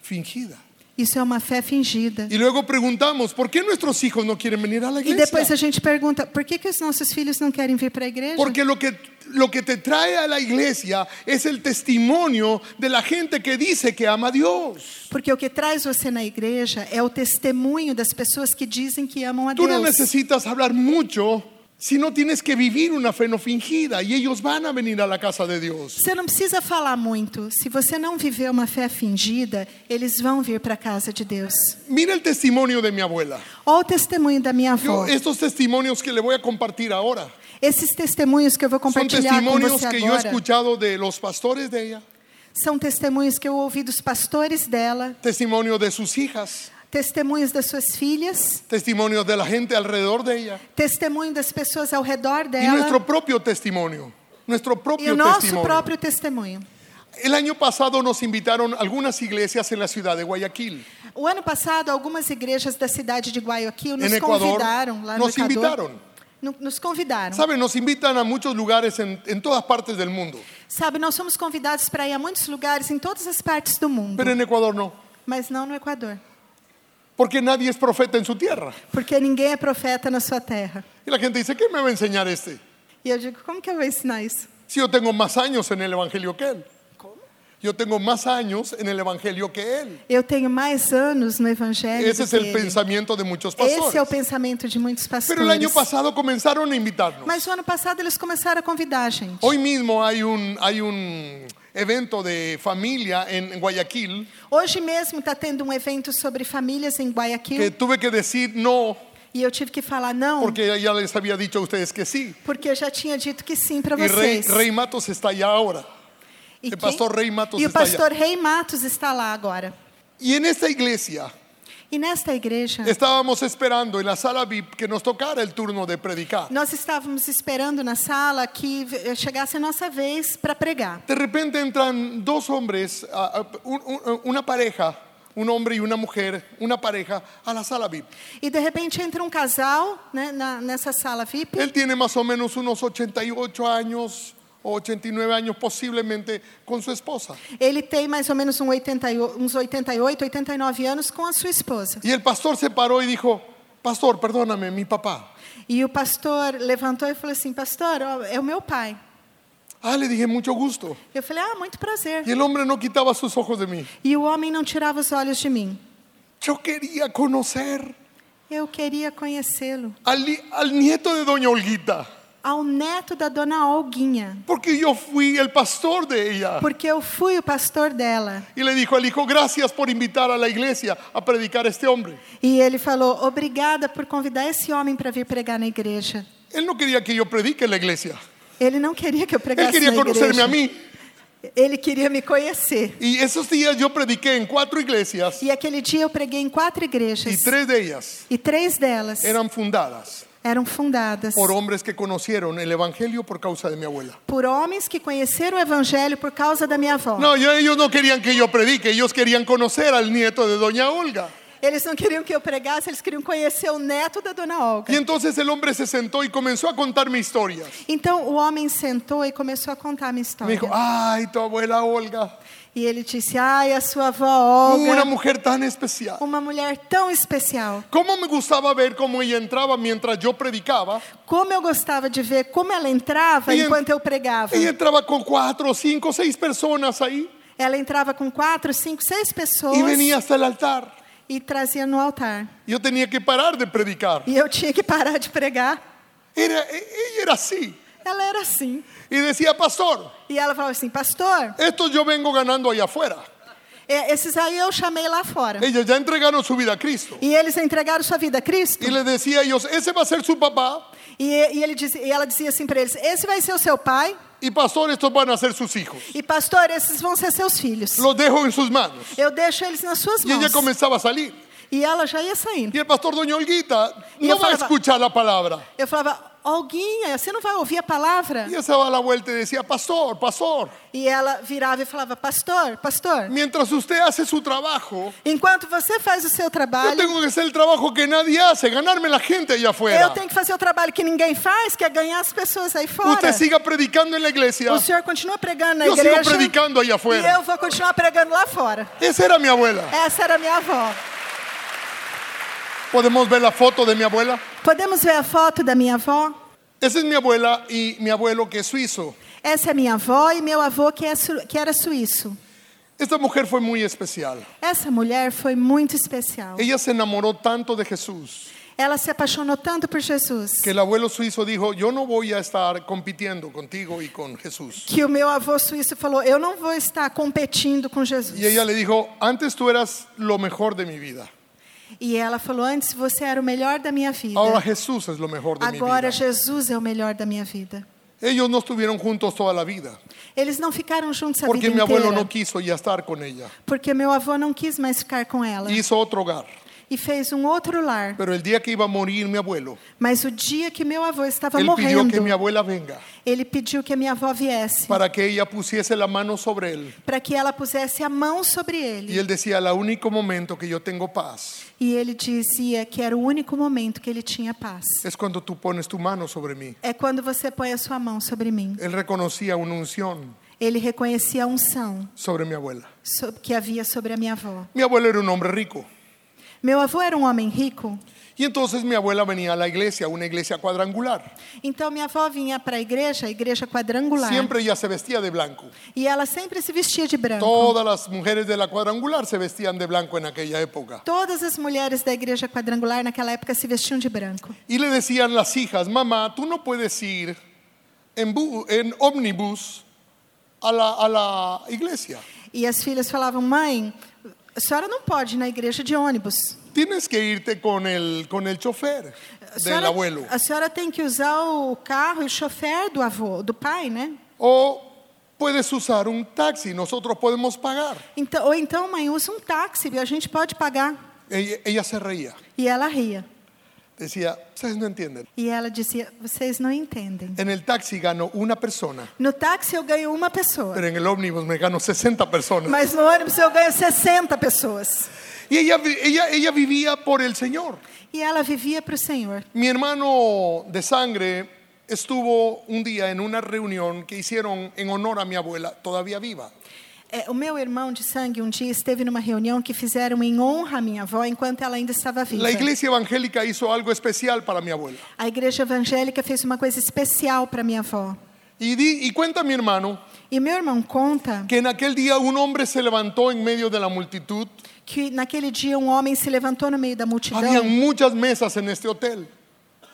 A: fingida.
B: Isso é uma fé fingida.
A: Y luego preguntamos, ¿por qué nuestros hijos no quieren venir a la
B: E depois a
A: iglesia?
B: gente pergunta, por que, que os nossos filhos não querem vir para a igreja?
A: Porque lo que, lo que te trae a la iglesia es el testimonio de la gente que dice que ama a Dios.
B: Porque o que traz você na igreja é o testemunho das pessoas que dizem que amam a
A: Tú
B: Deus.
A: no necesitas hablar mucho si no tienes que vivir una fe no fingida y ellos van a venir a la casa de Dios.
B: Você não precisa falar muito. Se você não viver uma fé fingida, eles vão vir para a casa de Deus.
A: Mira el testimonio de mi abuela.
B: Olha o testemunho da minha
A: Yo,
B: avó.
A: estos testimonios que le voy a compartir ahora
B: Esses testemunhos que eu vou
A: son
B: compartilhar com
A: testimonios
B: você
A: que yo he
B: agora
A: escuchado de los pastores de ella,
B: são testemunhos que eu ouvi dos pastores dela,
A: testimonio de sus hijas,
B: testemunhos das suas filhas,
A: testimonios de la gente alrededor de ella.
B: testemunho das pessoas ao redor
A: y
B: dela
A: nuestro propio testimonio. Nuestro
B: e
A: propio
B: o nosso
A: testimonio.
B: próprio testemunho.
A: El año pasado nos invitaron algunas iglesias en la ciudad de Guayaquil,
B: O ano passado, algumas igrejas da cidade de Guayaquil nos
A: en Ecuador.
B: convidaram lá no
A: Nos
B: Equador.
A: invitaron.
B: No- Nos convidaram. Sabe,
A: Saben, nos invitan a muchos lugares en, en todas partes del mundo,
B: nós somos convidados para ir a muitos lugares em todas as partes do mundo,
A: pero en Ecuador no,
B: mas não no Equador,
A: porque nadie es profeta en su tierra.
B: porque ninguém é profeta na sua terra.
A: Y la gente dice, ¿qué me va a enseñar este?
B: E eu digo, como que eu vou ensinar isso?
A: Si yo tengo más años en el Evangelio que él. Yo tengo más años en el Evangelio que él.
B: Eu tenho mais anos no Evangelho.
A: Ese
B: do
A: es
B: que
A: el
B: ele.
A: pensamiento de muchos
B: Esse é o
A: pastores.
B: pensamento de muitos pastores.
A: Pero el año pasado comenzaron a invitarnos.
B: Mas o ano passado eles começaram a convidar a gente.
A: Hoy mismo hay un, hay un evento de familia en Guayaquil
B: Hoje mesmo está tendo um evento sobre famílias em
A: que
B: Guayaquil
A: tuve que decir no
B: e eu tive que falar não,
A: porque ya les había dicho a ustedes que sí.
B: porque eu já tinha dito que sim para
A: Y Rey,
B: vocês.
A: Rey Matos está allá ahora.
B: e
A: o
B: quem-
A: pastor Rei Matos
B: e o
A: está lá.
B: pastor Rei Matos está lá agora.
A: Y en esta iglesia
B: E nesta igreja,
A: estábamos esperando en la sala VIP que nos tocara el turno de predicar.
B: nós estávamos esperando na sala que eh, chegasse a nossa vez para pregar.
A: De repente entran dos hombres, a- a- un- un- una pareja, un hombre y una mujer, una pareja, a la sala VIP.
B: E de repente entra um casal né, na, nessa sala VIP.
A: Él tiene más o menos unos 88 años o 89 años posiblemente con su esposa.
B: Ele tem mais ou menos um 80 e o- uns 88, 89 anos com a sua esposa.
A: Y el pastor se paró y dijo, pastor, perdóname, mi papá.
B: E o pastor levantou e falou assim: Pastor, ó, é o meu pai.
A: Ah, le dije, mucho gusto.
B: Eu falei: Ah, muito prazer.
A: Y el hombre no quitaba sus ojos de mí.
B: E o homem não tirava os olhos de mim.
A: Yo quería conocer
B: Eu queria conhecê-lo.
A: al, li- al nieto de doña Olguita,
B: Ao neto da dona Olguinha.
A: porque yo fui el pastor de ella.
B: Porque eu fui o pastor dela.
A: Y le dijo al hijo, gracias por invitar a la iglesia a predicar a este hombre.
B: E ele falou: Obrigada por convidar esse homem para vir pregar na igreja.
A: Él no quería que yo predique en la iglesia.
B: Ele não queria que eu
A: Él
B: pregasse
A: quería
B: na
A: conocerme
B: igreja.
A: a mí.
B: Ele queria me conhecer.
A: Y esos días yo prediqué en cuatro iglesias
B: E aquele dia eu preguei em quatro igrejas.
A: y tres de ellas
B: E três delas
A: eran fundadas
B: eram fundadas
A: por hombres que conocieron el Evangelio por causa de mi abuela.
B: por homens que conheceram o evangelho por causa da minha avó.
A: No, yo- ellos no querían que yo predique, ellos querían conocer al nieto de doña Olga.
B: Eles não queriam que eu pregasse, eles queriam conhecer o neto da dona Olga.
A: Y entonces el hombre se sentó y comenzó a contarme historias.
B: Então o homem sentou e começou a contar a minha
A: Me
B: história.
A: dijo, ay, tu abuela Olga,
B: E ele disse: "Ai, a sua avó Olga,
A: una mujer tan especial.
B: uma mulher tão especial.
A: ¿Cómo me gustaba ver cómo ella entraba mientras yo predicaba?
B: Como eu gostava de ver como ela entrava
A: E en-
B: enquanto eu pregava.
A: Ella entraba con cuatro, cinco, seis personas ahí
B: Ela entrava com quatro, cinco, seis pessoas
A: y venía hasta el altar.
B: e trazia no altar.
A: Yo tenía que parar de predicar.
B: E eu tinha que parar de pregar.
A: Era, e- ella era así.
B: Ela era assim.
A: Y decía, pastor,
B: E ela falava assim: Pastor,
A: estos yo vengo ganando allá afuera.
B: é, esses aí eu chamei lá fora.
A: Ellos ya entregaron su vida a Cristo.
B: E eles entregaram sua vida a Cristo.
A: Y les decía a ellos, ese va a ser su papá
B: E, e ele disse, e ela dizia assim para eles: Esse vai ser o seu pai.
A: y pastor, estos van a ser sus hijos.
B: E pastor, esses vão ser seus filhos.
A: Los dejo en sus manos.
B: Eu deixo eles nas suas
A: Y
B: mãos.
A: ella comenzaba a salir.
B: E ela já ia saindo.
A: Y el pastor Doña Olguita
B: Y
A: no
B: yo
A: va a
B: falaba-
A: escuchar la palabra.
B: Eu falava, Alguinha, você não vai ouvir a palavra?
A: Y esa va a la vuelta y decía, pastor, pastor,
B: E ela virava e falava, pastor, pastor,
A: mientras usted hace su trabajo,
B: enquanto você faz o seu
A: yo
B: trabalho,
A: tengo que hacer el trabajo que nadie hace, ganarme la gente allá
B: eu
A: afuera.
B: tenho que fazer o trabalho que ninguém faz, que é ganhar as pessoas aí fora.
A: Usted siga predicando en la iglesia,
B: O senhor continua pregando na
A: yo sigo
B: igreja
A: predicando allá
B: e
A: afuera.
B: eu vou continuar pregando lá fora.
A: Esa era mi abuela.
B: Essa era a minha avó.
A: ¿Podemos ver la foto de mi abuela?
B: Podemos ver a foto da minha avó?
A: Esa es mi abuela y mi abuelo que es suizo.
B: Essa é minha avó e meu avô, que, é su- que era suíço.
A: Esta mujer fue muy especial.
B: Essa mulher foi muito especial.
A: Ella se enamoró tanto de Jesús
B: Ela se apaixonou tanto por Jesus
A: que el abuelo suizo dijo, yo no voy a estar compitiendo contigo y con Jesús.
B: que o meu avô suíço falou: Eu não vou estar competindo com Jesus.
A: Y ella le dijo, antes tú eras lo mejor de mi vida,
B: E ela falou: Antes você era o melhor da minha vida.
A: ahora Jesús es lo mejor de mi
B: Agora
A: vida.
B: Jesus é o melhor da minha vida.
A: Ellos no estuvieron juntos toda la vida,
B: Eles não ficaram juntos a
A: porque mi
B: vida
A: abuelo
B: inteira,
A: no quiso ya estar con ella.
B: porque meu avô não quis mais ficar com ela
A: Hizo otro hogar,
B: e fez um outro lar.
A: pero el día que iba a morir mi abuelo,
B: Mas o dia que meu avô estava
A: él pidió que
B: morrendo,
A: mi abuela venga
B: ele pediu que a minha avó viesse
A: para que ella pusiese la mano sobre él.
B: para que ela pusesse a mão sobre ele.
A: Y él decía, el único momento que yo tengo paz
B: E ele dizia que era o único momento que ele tinha paz.
A: es cuando tú pones tu mano sobre mí.
B: É quando você põe a sua mão sobre mim.
A: Él reconocía una unción
B: Ele reconhecia a unção
A: sobre mi abuela.
B: so- que havia sobre a minha avó.
A: Mi abuelo era un hombre rico.
B: Meu avô era um homem rico,
A: Y entonces mi abuela venía a la iglesia, una iglesia quadrangular.
B: então minha avó vinha para a igreja, a igreja quadrangular,
A: Siempre ella se vestía de blanco.
B: e ela sempre se vestia de branco.
A: Todas las mujeres de la cuadrangular se vestían de blanco en aquella época.
B: Todas as mulheres da igreja quadrangular naquela época se vestiam de branco.
A: Y le decían las hijas, mamá, tú no puedes ir en, bu- en ómnibus a la, a la iglesia.
B: E as filhas falavam: "Mãe, a senhora não pode ir na igreja de ônibus.
A: Tienes que irte con el, con el chofer
B: A
A: del
B: senhora,
A: abuelo.
B: a senhora tem que usar o carro e o chofer do avô, do pai, né?
A: O puedes usar un taxi, nosotros podemos pagar.
B: Então, ou então, mãe, usa um táxi, a gente pode pagar."
A: Ella, ella se reía.
B: E ela ria.
A: Decía, ustedes no entienden.
B: E ela dizia: Vocês não entendem.
A: En el taxi gano una persona,
B: No táxi eu ganho uma pessoa,
A: pero en el ómnibus me gano 60 personas.
B: mas no ônibus eu ganho 60 pessoas.
A: Y ella, vi- ella, ella vivía por el Señor.
B: E ela vivia para o Senhor.
A: Mi hermano de sangre estuvo un día en una reunión que hicieron en honor a mi abuela, todavía viva.
B: É, o meu irmão de sangue um dia esteve numa reunião que fizeram em honra à minha avó enquanto ela ainda estava viva.
A: La iglesia evangélica hizo algo especial para mi abuela.
B: A igreja evangélica fez uma coisa especial para minha avó.
A: Y, di- y cuenta mi hermano
B: E meu irmão conta
A: que en aquel día un hombre se levantó en medio de la multitud.
B: que naquele dia um homem se levantou no meio da
A: Habían
B: multidão.
A: muchas mesas en este hotel,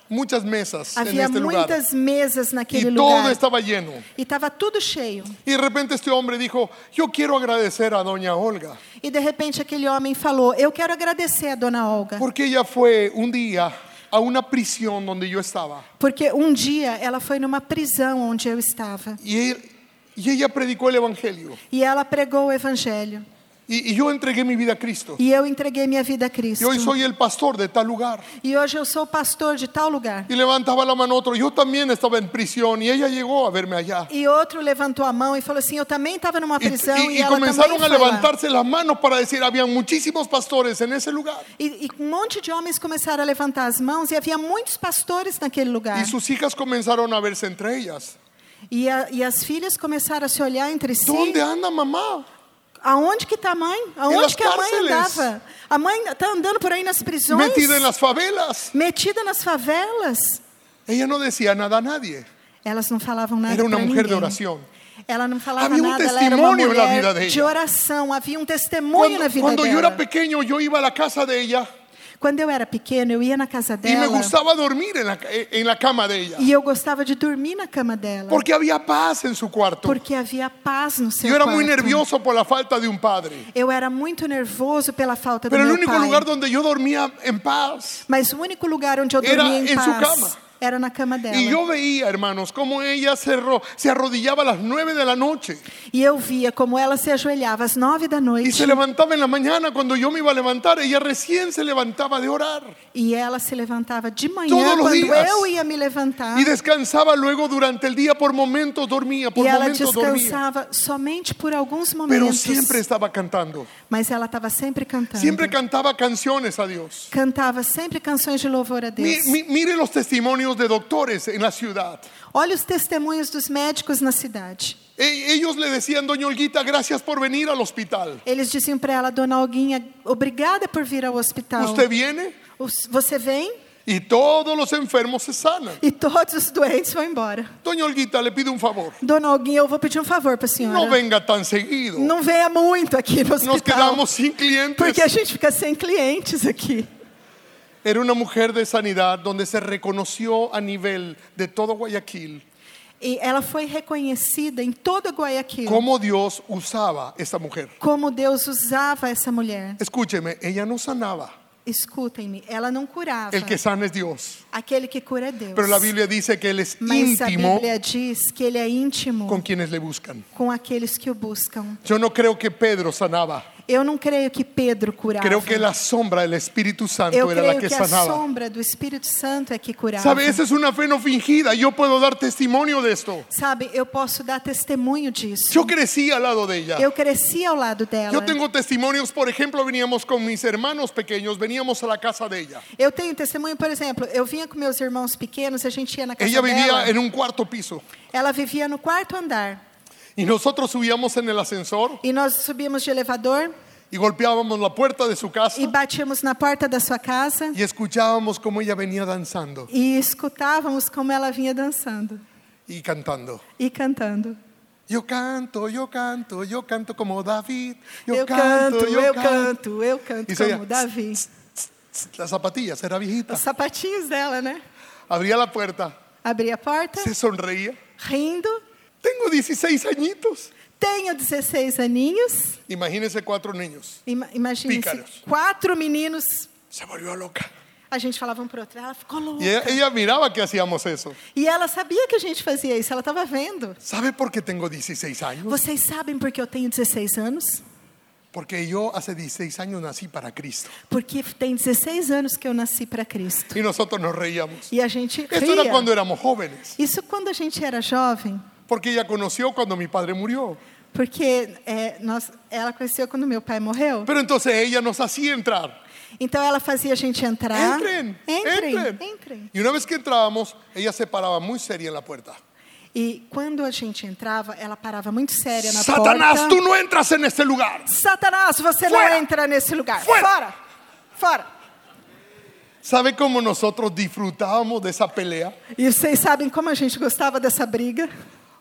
A: muchas mesas en
B: Havia
A: este lugar.
B: muitas mesas
A: Y
B: naquele
A: todo
B: lugar.
A: estaba lleno.
B: E estava tudo cheio.
A: Y de repente este hombre dijo, yo quiero agradecer a doña Olga,
B: E de repente aquele homem falou: Eu quero agradecer a dona Olga,
A: porque ella fue un día a una prisión donde yo estaba.
B: porque um dia ela foi numa prisão onde eu estava
A: Y, él- y ella predicó el Evangelio.
B: e ela pregou o evangelho.
A: Y, y yo entregué mi vida a Cristo.
B: E eu entreguei minha vida a Cristo.
A: Y hoy soy el pastor de tal lugar.
B: E hoje eu sou pastor de tal lugar.
A: Y levantaba la mano otro. Yo también estaba en prisión y ella llegó a verme allá.
B: E outro levantou a mão e falou assim: Eu também estava numa
A: Y,
B: prisão e,
A: y- y
B: ela também
A: comenzaron a
B: foi lá."
A: levantarse las manos para decir, habían muchísimos pastores en esse lugar.
B: E, e um monte de homens começaram a levantar as mãos e havia muitos pastores naquele lugar.
A: Y sus hijas comenzaron a verse entre ellas.
B: E, a- e as filhas começaram a se olhar entre si.
A: ¿Dónde anda mamá?
B: Aonde que está a mãe?
A: nas
B: Aonde que a mãe
A: cárceles.
B: andava? A mãe está andando por aí nas prisões,
A: Metida en las favelas.
B: metida nas favelas.
A: Ella no decía nada a nadie.
B: Elas não falavam nada
A: Era una
B: pra
A: mujer de
B: ninguém.
A: oración.
B: Ela não falava
A: Havia um
B: nada, ela era uma
A: testemunho na
B: mulher
A: vida dela.
B: de oração, havia um testemunho na
A: Cuando,
B: vida
A: cuando yo
B: dela.
A: era pequeño, yo iba a la casa de ella
B: Quando eu era pequeno, eu ia na casa
A: Y me
B: dela
A: gustaba dormir en la, eh, en la cama de ella.
B: e eu gostava de dormir na cama dela,
A: Porque había paz en su cuarto.
B: porque havia paz no seu
A: Yo era
B: quarto.
A: muy nervioso por la falta de un padre.
B: Eu era muito nervoso pela falta
A: Pero
B: do
A: el
B: meu
A: único
B: pai.
A: lugar donde yo dormía en paz.
B: Mas o único lugar onde eu
A: Era
B: dormia em
A: em sua
B: paz
A: cama.
B: era na cama dela.
A: Y yo veía, hermanos, cómo ella se, ro- se arrodillaba a las nueve de la noche
B: E eu via como ela se ajoelhava às nove da
A: y
B: noite
A: se levantaba en la mañana cuando yo me iba a levantar. Ella recién se levantaba de orar
B: e ela se levantava de manhã
A: Todos os
B: quando
A: dias.
B: eu ia me levantar.
A: y descansaba luego durante el día. Por momentos dormía, por
B: E ela
A: momentos dormía.
B: descansava somente por alguns
A: Pero
B: momentos.
A: siempre estaba cantando.
B: Mas ela estava sempre cantando.
A: Siempre cantaba canciones a Dios.
B: Cantava sempre canções de louvor a
A: Mi-
B: Deus.
A: mi- mire los testimonios de doctores en la ciudad.
B: Olha os testemunhos dos médicos na cidade.
A: E- ellos le decían, Doña Olguita, gracias por venir al hospital.
B: Eles diziam para ela, dona Alguinha, obrigada por vir ao hospital.
A: Usted viene
B: Os- Você vem
A: y todos los enfermos se sanan.
B: e todos os doentes vão embora.
A: Doña Olguita, le pido un favor.
B: Dona Alguinha, eu vou pedir um favor para a senhora.
A: No venga tan seguido.
B: Não venha muito aqui no hospital.
A: Nos quedamos sin clientes.
B: Porque a gente fica sem clientes aqui.
A: Era una mujer de sanidad donde se reconoció a nivel de todo Guayaquil
B: E ela foi reconhecida em todo Guayaquil
A: cómo Dios usaba a esta mujer.
B: como Deus usava essa mulher.
A: Escúcheme, ela no sanaba.
B: Escutem-me, ela não curava.
A: El que sana es Dios.
B: Aquele que cura é Deus.
A: Pero la Biblia dice que Él es
B: Mas a
A: íntimo
B: Bíblia diz que ele é íntimo
A: con quienes le buscan.
B: com aqueles que o buscam.
A: Yo no creo que Pedro sanaba.
B: Eu não creio que Pedro curava.
A: Creo que é la sombra del Espíritu Santo
B: Eu
A: era la
B: creio
A: que
B: que, a
A: sanaba.
B: sombra do Espírito Santo é que curava.
A: ¿Sabe? Esa es una fe no fingida. Yo puedo dar testimonio de esto.
B: Sabe, eu posso dar testemunho disso.
A: Yo crecí al lado de ella.
B: Eu cresci ao lado dela.
A: Yo tengo testimonios, por ejemplo, veníamos con mis hermanos pequeños, veníamos a la casa de ella.
B: Eu tenho testemunho, por exemplo, eu vinha com meus irmãos pequenos, a gente ia na casa
A: Ella vivía
B: dela.
A: en un cuarto piso
B: Ela vivia no quarto andar.
A: y nosotros subíamos en el ascensor
B: E nós subíamos de elevador
A: y golpeábamos la puerta de su casa
B: e batíamos na porta da sua casa
A: y escuchábamos cómo ella venía danzando
B: e escutávamos como ela vinha dançando
A: y cantando.
B: e cantando.
A: Yo canto, yo canto, yo canto como David. Yo,
B: eu
A: canto,
B: canto,
A: yo
B: eu
A: canto.
B: canto, eu canto
A: Isso aí, é-
B: como
A: ó.
B: Davi.
A: Las zapatillas, era viejita.
B: Os sapatinhos dela, né?
A: Abría la puerta,
B: Abria a porta,
A: se sonreía.
B: rindo.
A: Tengo 16 añitos.
B: Tenho 16 aninhos.
A: Imagínense cuatro niños.
B: Ima Imagina
A: Pícaros.
B: quatro meninos.
A: Se volvió loca.
B: A gente falava um pro outro, ela ficou louca.
A: Y ella, ella miraba que hacíamos eso.
B: E ela sabia que a gente fazia isso, ela estava vendo.
A: ¿Sabe por qué tengo 16 años?
B: Vocês sabem por que eu tenho 16 anos?
A: Porque yo hace 16 años nací para Cristo.
B: Porque tem 16 anos que eu nasci para Cristo.
A: Y nosotros nos reíamos.
B: E a gente
A: Esto era
B: ria.
A: cuando éramos jóvenes.
B: Isso quando a gente era jovem,
A: Porque ella conoció cuando mi padre murió.
B: porque é, nós, ela conheceu quando meu pai morreu.
A: Pero entonces ella nos hacía entrar.
B: Então ela fazia a gente entrar.
A: Entren,
B: entrem,
A: entren.
B: entrem.
A: Y una vez que entrábamos, ella se paraba muy seria en la puerta.
B: E quando a gente entrava, ela parava muito séria na
A: Satanás,
B: porta.
A: tú no entras en este lugar.
B: Satanás, você não
A: Fora!
B: entra nesse lugar.
A: Fora!
B: Fora! Fora!
A: ¿Sabe cómo nosotros disfrutábamos de esa pelea?
B: E vocês sabem como a gente gostava dessa briga?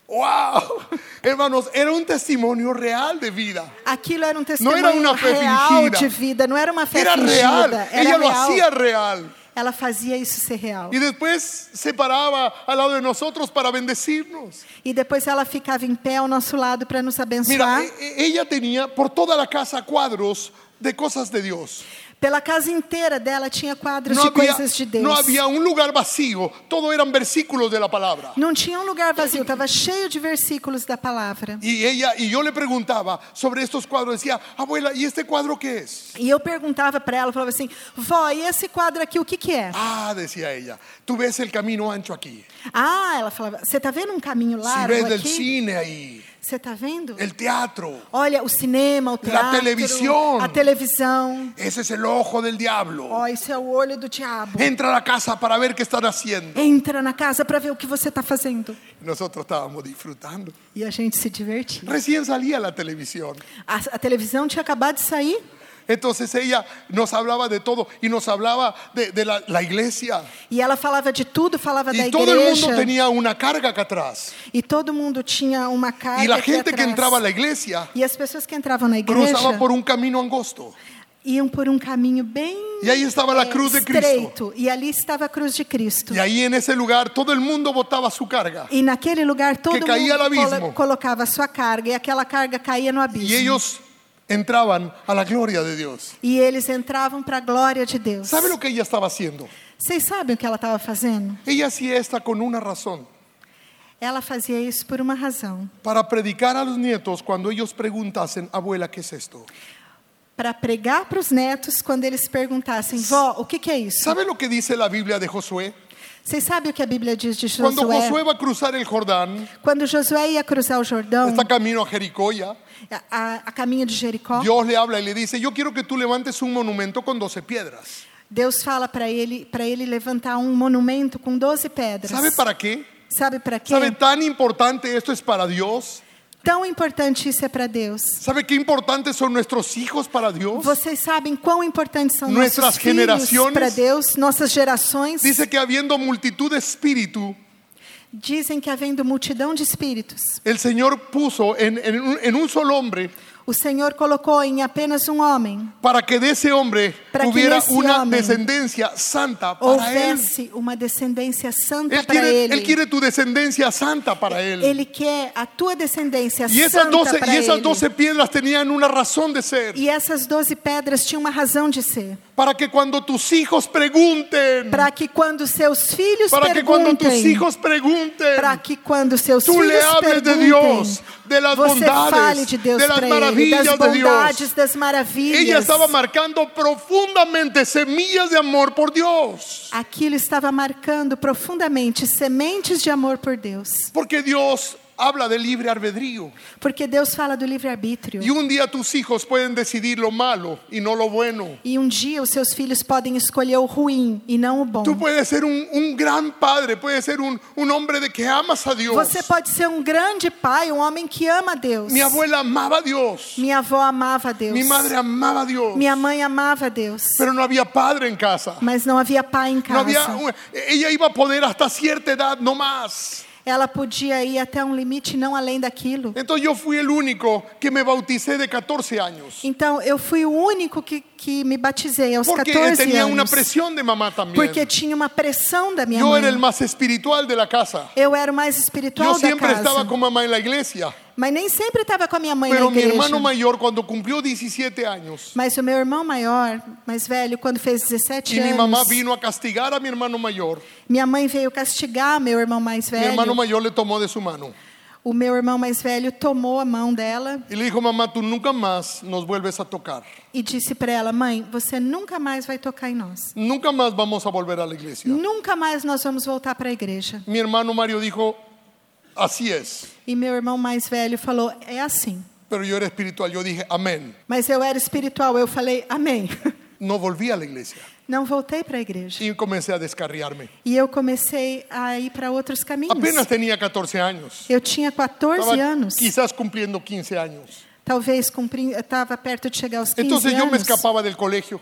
A: ¡Wow! Hermanos, era un testimonio real de vida.
B: Aquilo era um testemunho
A: era uma fé
B: real
A: fingida.
B: de vida, não era uma fé
A: Era
B: fingida.
A: real.
B: era
A: Ella lo
B: real.
A: hacía real.
B: Ela fazia isso ser real.
A: Y después se paraba al lado de nosotros para bendecirnos.
B: E depois ela ficava em pé ao nosso lado para nos abençoar.
A: Mira, e- e- ella tenía por toda la casa cuadros de cosas de Dios.
B: Pela casa inteira dela tinha quadros
A: No
B: de
A: había,
B: coisas de Deus.
A: no había un lugar vacío, todo eran versículos de la palabra.
B: Não tinha um lugar vazio, estava cheio de versículos da palavra.
A: Y ella y yo le preguntaba sobre estos cuadros, decía, "Abuela, ¿y este cuadro qué es?"
B: E eu perguntava para ela, falava assim, vó, e esse quadro aqui, o que que é?
A: Ah, decía ella, "Tú ves el camino ancho aquí.
B: Ah, ela falava, você tá vendo um caminho
A: Si
B: largo
A: ves el
B: aqui?
A: cine ahí,
B: Você tá vendo?
A: el teatro,
B: Olha, o cinema, o teatro,
A: televisão.
B: a televisão.
A: esse es el ojo del diablo.
B: Ó, isso é o olho do diabo.
A: Entra a la casa para ver qué están haciendo."
B: Entra na casa para ver o que você tá fazendo.
A: Nosotros estábamos disfrutando.
B: E a gente se divertia.
A: Recién salía la televisión.
B: A, a televisão tinha acabado de sair,
A: Entonces ella nos hablaba de todo y nos hablaba de, de la, la iglesia.
B: e ela falava de tudo, falava da
A: Y todo el
B: igreja.
A: mundo tenía una carga acá atrás.
B: E todo mundo tinha uma carga
A: Y la
B: aqui
A: gente que
B: atrás.
A: entraba a la iglesia
B: E as pessoas que entravam na igreja
A: cruzaba por un camino angosto.
B: iam por um caminho bem
A: Y ahí estaba la
B: eh,
A: cruz de Cristo.
B: estreito. E ali estava a cruz de Cristo.
A: Y ahí en ese lugar todo el mundo botaba su carga.
B: E naquele lugar todo
A: Que caía
B: mundo
A: no abismo.
B: colo- colocava sua carga e aquela carga caía no abismo.
A: Y ellos entraban a la gloria de Dios.
B: E eles entravam para a glória de Deus.
A: ¿Sabe lo que ella estaba haciendo?
B: Vocês sabem o que ela estava fazendo?
A: Ella hacía esta con una razón.
B: Ela fazia isso por uma razão,
A: Para predicar a los nietos cuando ellos preguntasen, abuela, ¿qué es esto?
B: para pregar para os netos quando eles perguntassem: "Vó, o que que é isso?"
A: ¿Sabe lo que dice la Biblia de Josué?
B: Vocês sabem o que a Bíblia diz de Josué?
A: Cuando Josué va a cruzar el Jordán,
B: Quando Josué ia cruzar o Jordão,
A: está camino a Jericó ya,
B: a, a- a caminho de Jericó,
A: Dios le habla y le dice, yo quiero que tú levantes un monumento con 12 piedras.
B: Deus fala para ele, para ele levantar um monumento com 12 pedras.
A: ¿Sabe para quê?
B: Sabe para quê?
A: ¿Sabe tan importante esto es para Dios?
B: Tão importante isso é para Deus.
A: ¿Sabe qué importantes son nuestros hijos para Dios?
B: Vocês sabem quão importantes são
A: Nuestras
B: nossos filhos
A: generaciones.
B: para Deus, nossas gerações.
A: Dice que habiendo multitud de espíritu,
B: Dizem que havendo multidão de espíritos,
A: el Señor puso en, en un, en un solo hombre
B: o Senhor colocou em apenas um homem
A: para que de esse hombre
B: Para que
A: hubiera
B: ese
A: una
B: homem
A: descendencia santa para él.
B: houvesse uma descendência santa
A: Él
B: para
A: quiere,
B: ele.
A: él quiere tu descendencia santa para él.
B: Ele quer a tua descendência
A: y esas
B: santa
A: 12,
B: para
A: y esas
B: ele.
A: 12 piedras tenían una razón de ser.
B: E essas 12 pedras tinham uma razão de ser.
A: Para que cuando tus hijos pregunten,
B: Para que quando seus filhos
A: para que cuando tus
B: perguntem,
A: hijos pregunten,
B: para que quando seus
A: tú
B: filhos
A: le hables de
B: perguntem,
A: Dios, de las
B: você fale
A: bondades,
B: de Deus
A: de las
B: para ele,
A: maravillas
B: das
A: de Dios.
B: bondades, das maravilhas.
A: Ella estaba marcando profundamente semillas de amor por Dios.
B: Aquilo estava marcando profundamente sementes de amor por Deus.
A: Porque Dios habla de libre albedrío.
B: Porque Deus fala do livre-arbítrio.
A: Y un día tus hijos pueden decidir lo malo y no lo bueno.
B: E um dia os seus filhos podem escolher o ruim e não o bom.
A: Tú puedes ser un, un gran padre, puedes ser un, un hombre de que amas a Dios.
B: Você pode ser um grande pai, um homem que ama a Deus.
A: Mi abuela amaba a Deus.
B: Minha avó amava a Deus.
A: Mi madre amaba a Dios.
B: Minha mãe amava a Deus.
A: Pero no había padre en casa.
B: Mas não havia pai em
A: No
B: casa.
A: había, ella iba a poder hasta cierta edad, no más.
B: Ela podia ir até um limite não além daquilo.
A: Entonces yo fui el único que me bauticé de 14 años.
B: Então eu fui o único que, que me batizei aos
A: Porque
B: 14
A: tenía
B: anos.
A: una presión de mamá también.
B: Porque tinha uma pressão da minha
A: Yo
B: mãe.
A: era el más espiritual de la casa.
B: Eu era o mais
A: Yo
B: espiritual da
A: siempre
B: casa.
A: estaba con mamá en la iglesia.
B: Mas nem sempre estava com a minha mãe
A: Pero
B: na
A: mi
B: igreja.
A: hermano mayor, cuando cumplió 17 años,
B: Mas o meu irmão maior, mais velho, quando fez 17
A: y mi
B: anos,
A: mamá vino a castigar a mi hermano mayor,
B: minha mãe veio castigar meu irmão mais
A: mi
B: velho.
A: hermano mayor le tomó de su mano
B: O meu irmão mais velho tomou a mão dela
A: y le dijo, mamá, tú nunca más nos vuelves a tocar.
B: e disse para ela: "Mãe, você nunca mais vai tocar em nós.
A: Nunca más vamos a volver a la iglesia.
B: Nunca mais nós vamos voltar para a igreja."
A: Mi hermano Mario dijo, así es,
B: E meu irmão mais velho falou: "É assim."
A: pero yo era espiritual. Yo dije, amén.
B: Mas eu era espiritual, eu falei: "Amém."
A: No volví a la iglesia
B: Não voltei para a igreja.
A: y comencé a descarriarme.
B: E eu comecei a ir para outros caminhos.
A: Apenas tenía 14 años.
B: Eu tinha 14
A: Estaba
B: anos.
A: quizás cumpliendo 15 años.
B: Talvez cumpri... estava perto de chegar aos 15
A: Entonces yo
B: anos.
A: me escapaba del colegio.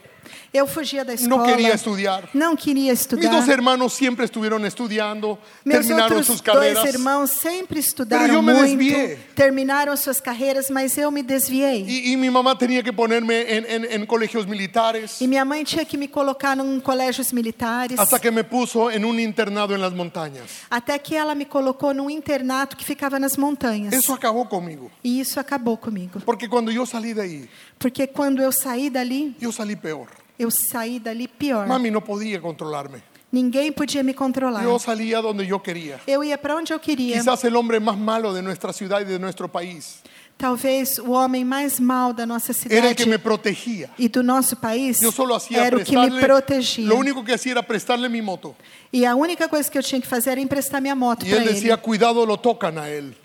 B: Eu fugia da escola.
A: No quería estudiar.
B: Não queria
A: Mis
B: estudar.
A: dos hermanos siempre estuvieron estudiando,
B: Meus
A: terminaron
B: outros
A: sus
B: dois
A: carreras.
B: irmãos sempre estudaram
A: eu me
B: muito,
A: desviei.
B: terminaram suas carreiras, mas eu me desviei.
A: Y, y mi mamá tenía que ponerme en, en- en colegios militares
B: E minha mãe tinha que me colocar em colégios militares,
A: hasta que me puso en un internado en las montañas.
B: até que ela me colocou num internato que ficava nas montanhas.
A: Eso acabou conmigo.
B: E isso acabou comigo.
A: Porque cuando yo salí de ahí,
B: Porque quando eu saí dali,
A: yo salí peor.
B: eu saí dali pior.
A: Mami no podía controlarme.
B: Ninguém podia me controlar.
A: Yo salía donde yo quería.
B: Eu ia para onde eu queria.
A: Quizás el hombre más malo de nuestra ciudad y de nuestro país
B: Talvez o homem mais mal da nossa
A: era el que
B: cidade
A: me protegía.
B: e do nosso país
A: Yo solo hacía
B: era o que me
A: prestarle,
B: protegia.
A: lo único que hacía era prestarle mi moto.
B: E a única coisa que eu tinha que fazer era emprestar minha moto
A: Y él
B: para
A: decía,
B: ele.
A: cuidado, lo tocan a él.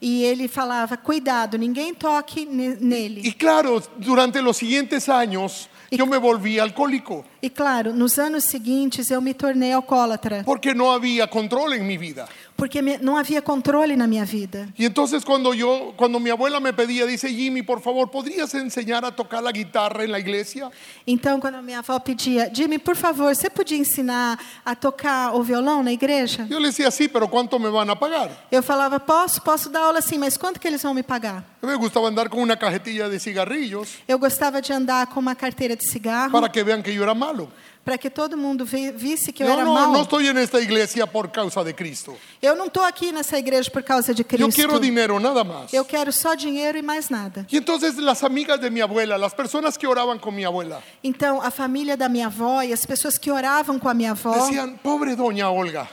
B: E ele falava: cuidado, ninguém toque ne- nele.
A: Y claro, durante los siguientes años yo me volví alcohólico
B: E claro, nos anos seguintes eu me tornei alcoólatra,
A: porque no había control en mi vida.
B: porque me- não havia controle na minha vida.
A: Y entonces cuando yo, cuando mi abuela me pedía, dice Jimmy, por favor, ¿podrías enseñar a tocar la guitarra en la iglesia?
B: Então, quando a minha avó pedia: Jimmy, por favor, você podia ensinar a tocar o violão na igreja?
A: Yo le decía, sí, pero ¿cuánto me van a pagar?
B: Eu falava: posso, posso dar aula sim, mas quanto que eles vão me pagar?
A: Me gustaba andar con una cajetilla de cigarrillos
B: Eu gostava de andar com uma carteira de cigarro
A: para que vean que yo era malo.
B: para que todo mundo vi- visse que eu
A: No,
B: era
A: no,
B: mau.
A: no estoy en esta iglesia por causa de Cristo.
B: Eu não estou aqui nessa igreja por causa de
A: Yo
B: Cristo.
A: quiero dinero, nada más.
B: Eu quero só dinheiro e mais nada.
A: Y entonces las amigas de mi abuela, las personas que oraban con mi abuela,
B: Então, a família da minha avó e as pessoas que oravam com a minha avó
A: decían, pobre doña Olga,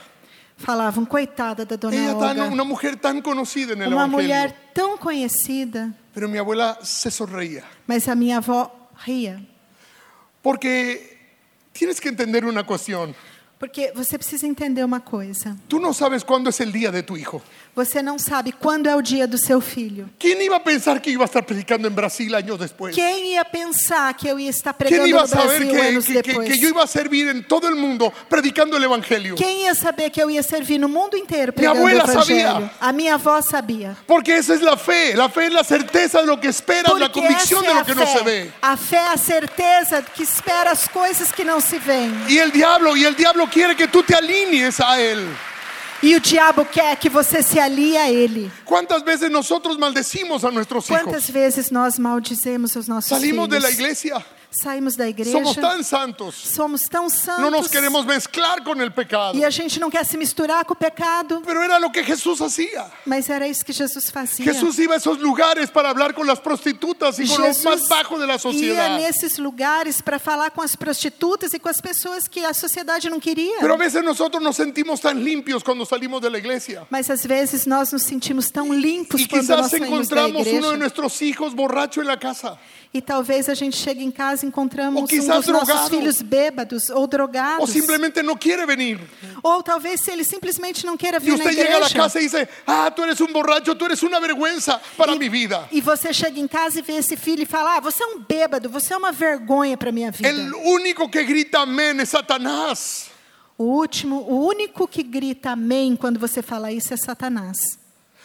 B: falavam, coitada da dona
A: ella
B: Olga,
A: tan, una mujer tan conocida en el
B: uma
A: Evangelio.
B: mulher tão conhecida,
A: Pero mi abuela se sonreía,
B: mas a minha avó ria.
A: porque tienes que entender una cuestión.
B: Porque você precisa entender uma coisa.
A: Tú no sabes cuándo es el día de tu hijo.
B: Você não sabe quando é o dia do seu filho.
A: ¿Quién iba a pensar que iba a estar predicando en Brasil años después?
B: Quem ia pensar que eu ia estar
A: ¿Quién
B: pregando
A: iba a
B: no
A: saber
B: Brasil
A: que,
B: anos
A: que- que-
B: depois?
A: que yo iba a servir en todo el mundo predicando el Evangelio?
B: Quem ia saber que eu ia servir no mundo inteiro
A: Minha
B: pregando o
A: abuela
B: evangelho?
A: sabia.
B: A minha avó sabia.
A: Porque esa es la fe. La fe es la certeza de lo que esperas, la
B: Porque essa
A: convicción
B: é
A: de
B: a
A: lo que no se
B: fé.
A: ve.
B: A fé é a certeza que espera as coisas que não se veem.
A: Y el diablo, y el diablo quiere que tú te alinees a él.
B: E o diabo quer que você se alie a ele.
A: ¿Cuántas veces nosotros maldecimos a nuestros hijos?
B: Quantas vezes nós maldizemos os nossos
A: Salimos
B: filhos?
A: de la iglesia,
B: Saímos da igreja.
A: somos tan santos,
B: somos tão santos.
A: no nos queremos mezclar con el pecado.
B: E a gente não quer se misturar com o pecado.
A: Pero era lo que Jesús hacía.
B: Mas era isso que Jesus fazia.
A: Jesús iba a esos lugares para hablar con las prostitutas y con los más bajos de la
B: ia
A: sociedad.
B: nesses lugares para falar com as prostitutas e com as pessoas que a sociedade não queria.
A: Pero a veces nosotros nos sentimos tan limpios cuando salimos de la iglesia.
B: Mas às vezes nós nos sentimos tão limpos
A: Y
B: quando nós
A: quizás
B: saímos da
A: encontramos
B: igreja.
A: uno de nuestros hijos borracho en la casa.
B: E talvez a gente chegue em casa e encontramos
A: Ou
B: um
A: quizás
B: dos nossos
A: drogado.
B: filhos bêbados ou drogados.
A: O simplemente no quiere venir.
B: Ou talvez se ele simplesmente não queira
A: Y
B: vir na
A: usted llega a la
B: igreja.
A: casa y dice, ah, tú eres un borracho, tú eres una vergüenza para mi vida.
B: E você chega em casa e vê esse filho e fala: ah, você é um bêbado, você é uma vergonha para minha vida.
A: El único que grita amén es Satanás.
B: O último, o único que grita amém quando você fala isso é Satanás.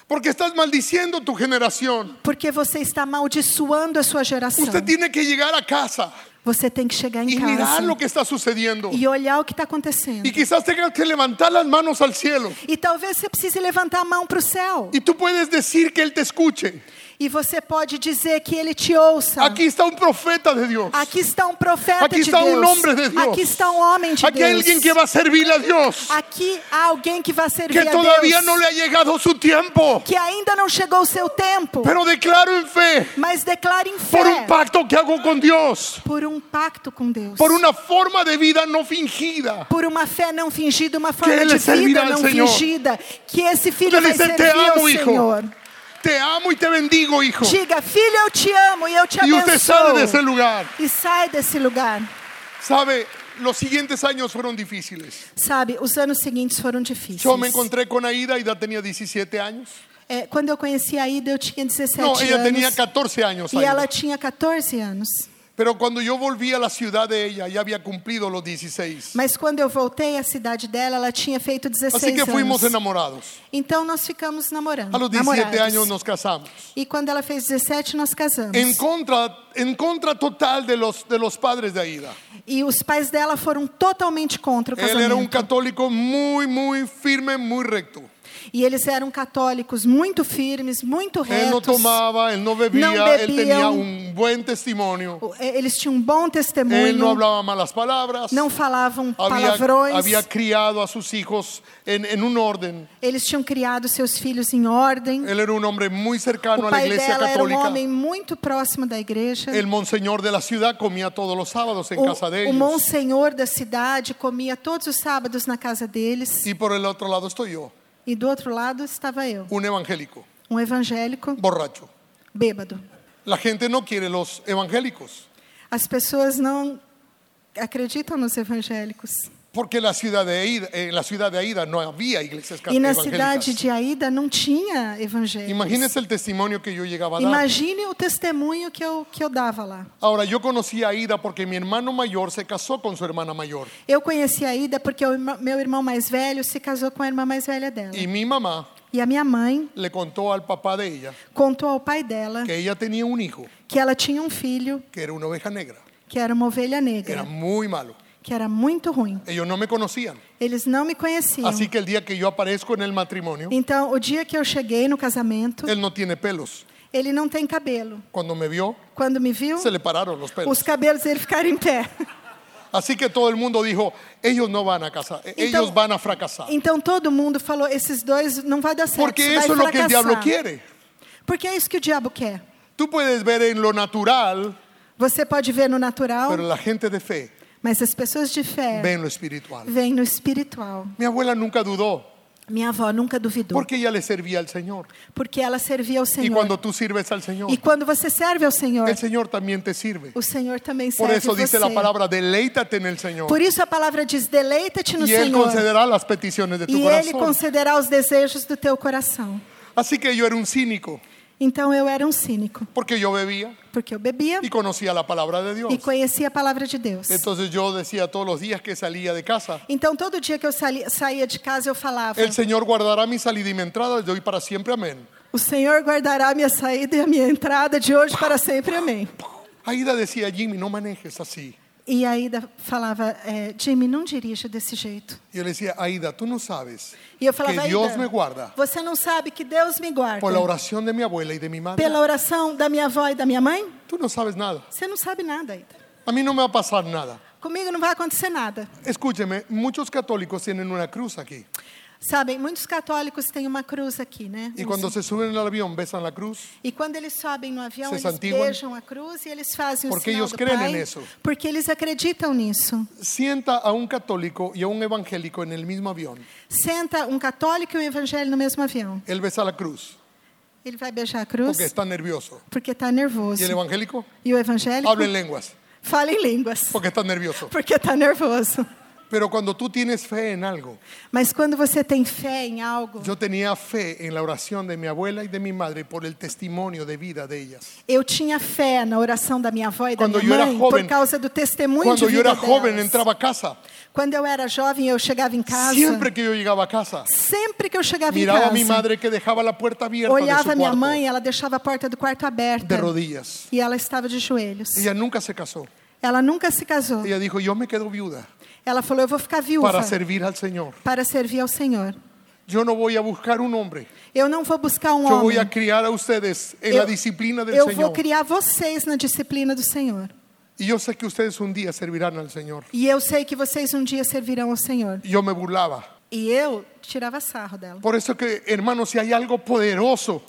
A: Porque estás maldiciendo tu generación.
B: Porque você está amaldiçoando a sua geração.
A: Usted tiene que llegar a casa
B: Você tem que chegar em
A: y mirar
B: casa
A: lo que está sucediendo.
B: e olhar o que está acontecendo.
A: Y quizás tengas que levantar las manos al cielo.
B: E talvez você precise levantar a mão para o céu.
A: Y tú puedes decir que Él te escuche.
B: E você pode dizer que ele te ouça.
A: Aquí está un profeta de Dios.
B: Aqui está um profeta
A: Aqui
B: de
A: está
B: Deus.
A: um homem de Deus.
B: Aqui está um homem de
A: Aquí hay
B: Deus.
A: alguien que va a servirle a Dios.
B: Aqui há alguém que vai servir
A: Que
B: a
A: todavía
B: Deus.
A: no le ha llegado su tiempo.
B: Que ainda não chegou o seu tempo.
A: Pero declaro en fe,
B: Mas declare em fé.
A: por um un pacto que hago con Dios,
B: por um pacto com Deus.
A: por una forma de vida no fingida.
B: Por uma fé não fingida, uma forma
A: ele
B: de vida
A: servirá
B: não
A: ao Senhor.
B: fingida. Que esse filho
A: Ele
B: vai
A: diz, "Te
B: servir ao
A: amo, hijo."
B: Senhor.
A: Te amo y te bendigo, hijo.
B: Diga, filho, eu te amo e eu te
A: Y
B: abençoo.
A: usted sale de ese lugar.
B: E sai desse lugar.
A: Sabe, los siguientes años fueron difíciles.
B: Sabe, os anos seguintes foram difíceis.
A: Yo me encontré con Aida, Aida tenía 17 años.
B: É, quando eu conheci a Ida, eu tinha 17
A: No, ella tenía
B: anos.
A: 14 años.
B: E
A: Aida.
B: ela tinha 14 anos.
A: Pero cuando yo volví a la ciudad de ella, ya había cumplido los 16.
B: Mas quando eu voltei à cidade dela, ela tinha feito 16
A: Así Assim que fuimos
B: anos.
A: enamorados.
B: Então nós ficamos namorando.
A: A los 17
B: namorados.
A: años nos casamos.
B: E quando ela fez 17, nós casamos.
A: En contra, en contra total de los, de los padres de Aida.
B: E os pais dela foram totalmente contra o
A: Él era um un
B: casamento.
A: católico muy, muy firme, muy recto.
B: E eles eram católicos muito firmes, muito
A: Él no
B: retos.
A: tomaba, él no bebía,
B: No
A: él
B: bebía.
A: tenía un buen testimonio.
B: O- eh, Eles tinham um bom
A: Él no
B: testemunho,
A: hablaba malas palabras.
B: não falavam
A: había,
B: palavrões.
A: había criado a sus hijos en, en un orden.
B: Eles tinham criado seus filhos em ordem.
A: Él era un hombre muy cercano
B: O
A: a la
B: pai
A: iglesia
B: dela era um
A: católica.
B: homem muito próximo da igreja.
A: El monseñor de la ciudad comía todos los sábados en casa de
B: O, o
A: ellos.
B: monsenhor da cidade comia todos os sábados na casa deles.
A: y por el otro lado estoy yo,
B: E do outro lado estava eu,
A: un evangélico,
B: um evangélico
A: borracho.
B: bêbado.
A: La gente no quiere los evangélicos
B: As pessoas não acreditam nos evangélicos.
A: porque la ciudad de Aida, en la ciudad de Aida no había iglesias
B: E na
A: católicas.
B: cidade de Aida não tinha evangelho.
A: Imagínense el testimonio que yo llegaba a dar.
B: Imagine o testemunho que eu, que eu dava lá.
A: Ahora, yo conocí a Aida porque mi hermano mayor se casó con su hermana mayor
B: Eu conheci a Aida porque o irmã- meu irmão mais velho se casou com a irmã mais velha dela.
A: y mi mamá
B: E a minha mãe
A: le contó al papá de ella
B: contou ao pai dela
A: que ella tenía un hijo
B: que ela tinha um filho
A: que era una oveja negra,
B: que era uma ovelha
A: que era
B: negra,
A: muy malo.
B: que era muito ruim.
A: Ellos no me conocían.
B: Eles não me conheciam.
A: Así que el día que yo aparezco en el matrimonio,
B: Então, o dia que eu cheguei no casamento,
A: él no tiene pelos.
B: Ele não tem cabelo.
A: Cuando me vio,
B: Quando me viu,
A: se le pararon los pelos.
B: os cabelos dele ficaram em pé.
A: Así que todo el mundo dijo, ellos no van a casar, e-
B: Então-
A: ellos van a fracasar.
B: Então todo mundo falou: esses dois não vai dar certo.
A: Ah. Porque
B: vai
A: eso es lo que el
B: fracassar."
A: diablo quiere.
B: Porque é isso que o diabo quer.
A: Tú puedes ver en lo natural,
B: Você pode ver no natural,
A: pero la gente de fe
B: mas as pessoas de fé
A: ve en lo espiritual.
B: veem no espiritual.
A: Mi abuela nunca dudó,
B: Minha avó nunca duvidou,
A: porque ella le servía al Señor.
B: porque ela servia ao Senhor.
A: Y cuando tú sirves al Señor,
B: E quando você serve ao Senhor,
A: el Señor también te sirve.
B: o Senhor também serve
A: Por eso
B: você.
A: dice la palabra, deleítate en el Señor.
B: Por isso a palavra diz: deleita-te no
A: Y Él
B: Senhor,
A: concederá las peticiones de tu
B: e Ele
A: corazón.
B: concederá os desejos do teu coração.
A: Así que yo era un cínico,
B: Então eu era um cínico,
A: porque yo bebía
B: porque eu bebia
A: y conocía la palabra de Dios.
B: e conhecia a palavra de Deus.
A: Entonces yo decía todos los días que salía de casa,
B: Então todo dia que eu sali- saía de casa eu falava:
A: el Señor guardará mi salida y mi entrada de hoy para siempre, amén.
B: O Senhor guardará a minha saída e a minha entrada de hoje para sempre, amém.
A: Aida decía, Jimmy, no manejes así.
B: E a Ida falava, é, Jimmy, não dirija desse jeito.
A: Y Yo le decía, Aida, tú no sabes
B: E eu falava,
A: que
B: Aida,
A: Dios me guarda
B: você não sabe que Deus me guarda.
A: por la oración de mi abuela y de mi madre.
B: Pela oração da minha avó e da minha mãe?
A: Tú no sabes nada.
B: Você não sabe nada, Ida.
A: A mí no me va a pasar nada.
B: Comigo não vai acontecer nada.
A: Escúcheme, muchos católicos tienen una cruz aquí.
B: Sabem, muitos católicos têm uma cruz aqui, né?
A: Y cuando se suben al avión, besan la cruz.
B: E quando eles sobem no avião,
A: Se
B: eles
A: santiguam.
B: beijam a cruz e eles fazem o
A: Porque
B: sinal
A: eles
B: do
A: creem
B: Pai,
A: nisso.
B: Porque eles acreditam nisso.
A: Sienta a un católico y a un evangélico en el mismo avión.
B: Senta um católico e um evangelho no mesmo avião.
A: Él besa la cruz
B: Ele vai beijar a cruz
A: porque está nervioso.
B: porque está
A: ¿Y
B: nervoso.
A: el evangélico?
B: E o evangélico
A: Habla en lenguas
B: fala em línguas
A: porque está nervioso.
B: porque está nervoso.
A: Pero cuando tú tienes fe en algo,
B: Mas quando você tem fé em algo,
A: yo tenía fe en la oración de mi abuela y de mi madre por el testimonio de vida de ellas.
B: eu tinha fé na oração da minha avó e da
A: Quando
B: minha
A: eu era
B: mãe
A: jovem-
B: por causa do testemunho
A: Cuando
B: de
A: yo
B: vida
A: era joven
B: delas.
A: entraba a casa.
B: Quando eu era jovem, eu chegava em casa.
A: Siempre que yo llegaba a casa,
B: sempre que eu chegava em
A: miraba
B: casa,
A: a mi madre que dejaba la puerta abierta de
B: olhava
A: su
B: minha
A: cuarto
B: mãe, ela deixava a porta do quarto aberta
A: de rodillas.
B: e ela estava de joelhos.
A: Ella nunca se casó.
B: Ela nunca se casou.
A: Ella dijo, yo me quedo viuda
B: Ela falou: Eu vou ficar viúva
A: para servir al Señor.
B: para servir ao Senhor.
A: Yo no voy a buscar un hombre.
B: Eu não vou buscar um
A: Yo
B: homem.
A: voy a criar a ustedes en la disciplina del
B: eu vou
A: Señor.
B: criar vocês na disciplina do Senhor.
A: Y yo sé que ustedes un día servirán al Señor.
B: E eu sei que vocês um dia servirão ao Senhor.
A: Yo me burlaba.
B: E eu tirava sarro dela.
A: Por eso que, hermanos, si hay algo poderoso,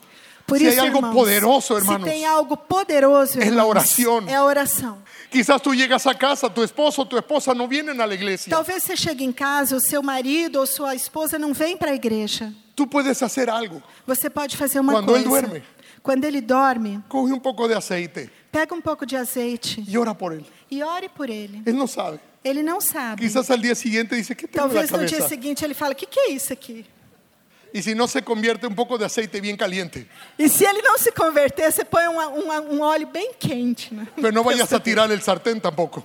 B: Por
A: si
B: isso,
A: hay algo
B: irmãos,
A: poderoso,
B: se
A: hermanos,
B: tem algo poderoso,
A: la
B: irmãos,
A: oração.
B: É a oração.
A: quizás tú llegas a casa, tu esposo, tu esposa no vienen a la iglesia.
B: Talvez você chegue em casa, o seu marido ou sua esposa não vem para a igreja.
A: Tú puedes hacer algo.
B: Você pode fazer uma
A: Quando
B: coisa.
A: ele dorme.
B: Quando ele dorme,
A: Coge un poco de aceite
B: pega um pouco de azeite
A: y ora por él.
B: e ore por ele.
A: Él no sabe.
B: Ele não sabe.
A: Quizás al día siguiente dice, ¿qué tengo en la
B: Talvez no dia
A: cabeza?
B: seguinte ele fale: "O que, que é isso aqui?"
A: Y si no se convierte un poco de aceite bien caliente.
B: E se ele não se converter, você põe uma- uma- um óleo bem quente, né?
A: Pero no vayas a tirar el sartén tampoco.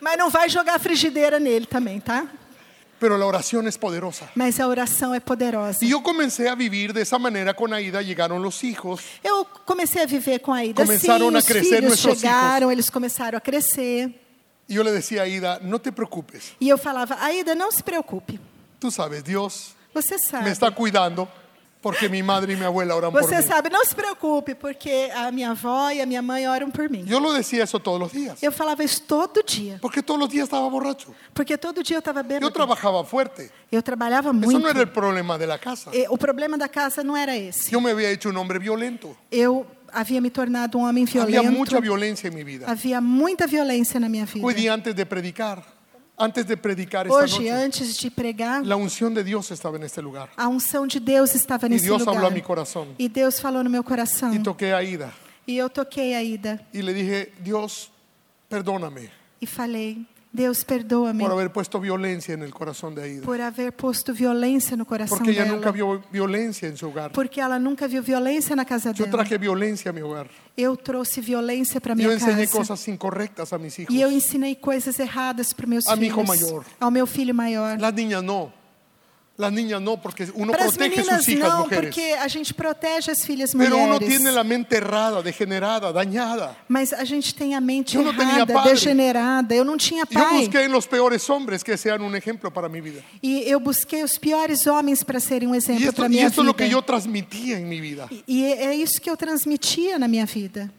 B: Mas não vai jogar a frigideira nele também, tá?
A: Pero la oración es poderosa.
B: Mas a oração é poderosa.
A: Y yo comencé a vivir de esa manera con Aida, llegaron los hijos.
B: Eu comecei a viver com a Ida.
A: Começaram
B: Sim,
A: a
B: os
A: crescer
B: filhos
A: nossos
B: chegaram, eles começaram a crescer.
A: Y yo le decía a Aida, no te preocupes.
B: E eu falava, Aida, não se preocupe.
A: Tú sabes, Dios
B: Você sabe.
A: me está cuidando porque mi madre y mi abuela oran por mí.
B: Você sabe, não se preocupe, porque a minha avó e a minha mãe oram por mim.
A: Yo lo decía eso todos los días.
B: Eu falava isso todo dia,
A: Porque todos los días estaba borracho.
B: porque todo dia eu estava
A: Yo
B: bêbada.
A: trabajaba fuerte.
B: Eu trabalhava
A: Eso
B: muito.
A: no era el problema de la casa.
B: E O problema da casa não era esse.
A: Yo me había hecho un hombre violento.
B: Eu havia me tornado um homem
A: Había
B: violento.
A: mucha violencia en mi vida.
B: Havia muita violência na minha vida.
A: Hoy día antes de predicar, antes de predicar esta noche,
B: Hoje, antes de pregar,
A: la unción de Dios estaba en este lugar.
B: a unção de Deus estava
A: Y
B: nesse
A: Dios
B: lugar.
A: habló a mi corazón.
B: E Deus falou no meu coração.
A: Y toqué a Ida.
B: E eu toquei a ida
A: Y le dije, Dios, perdóname
B: e falei: Deus, perdoa-me
A: por haber puesto violencia en el corazón de Aida.
B: por haver posto violência no coração
A: Porque ella
B: dela.
A: nunca vio violencia en su hogar.
B: Porque ela nunca viu violência na casa
A: Yo
B: dela.
A: traje violencia a mi hogar.
B: Eu trouxe violência para
A: Yo
B: minha
A: enseñé
B: casa.
A: cosas incorrectas a mis hijos.
B: E eu ensinei coisas erradas para meus
A: A mi
B: filhos.
A: hijo mayor.
B: Ao meu filho maior.
A: Las niñas no. Las niñas no, porque uno
B: Para as
A: protege a
B: meninas,
A: sus hijas
B: não,
A: mujeres.
B: porque a gente protege as filhas
A: Pero uno
B: mulheres.
A: tiene la mente errada, degenerada, dañada.
B: Mas a gente tem a mente
A: Eu não tinha
B: errada,
A: padre.
B: degenerada. Eu não tinha
A: Yo
B: pai.
A: busqué en los peores hombres que sean un ejemplo para mi vida.
B: E eu busquei os piores homens para serem um
A: Y
B: exemplo
A: esto,
B: para
A: y
B: minha
A: esto es lo
B: vida.
A: é que yo transmitía en mi vida.
B: E- E é isso que eu transmitia na minha vida.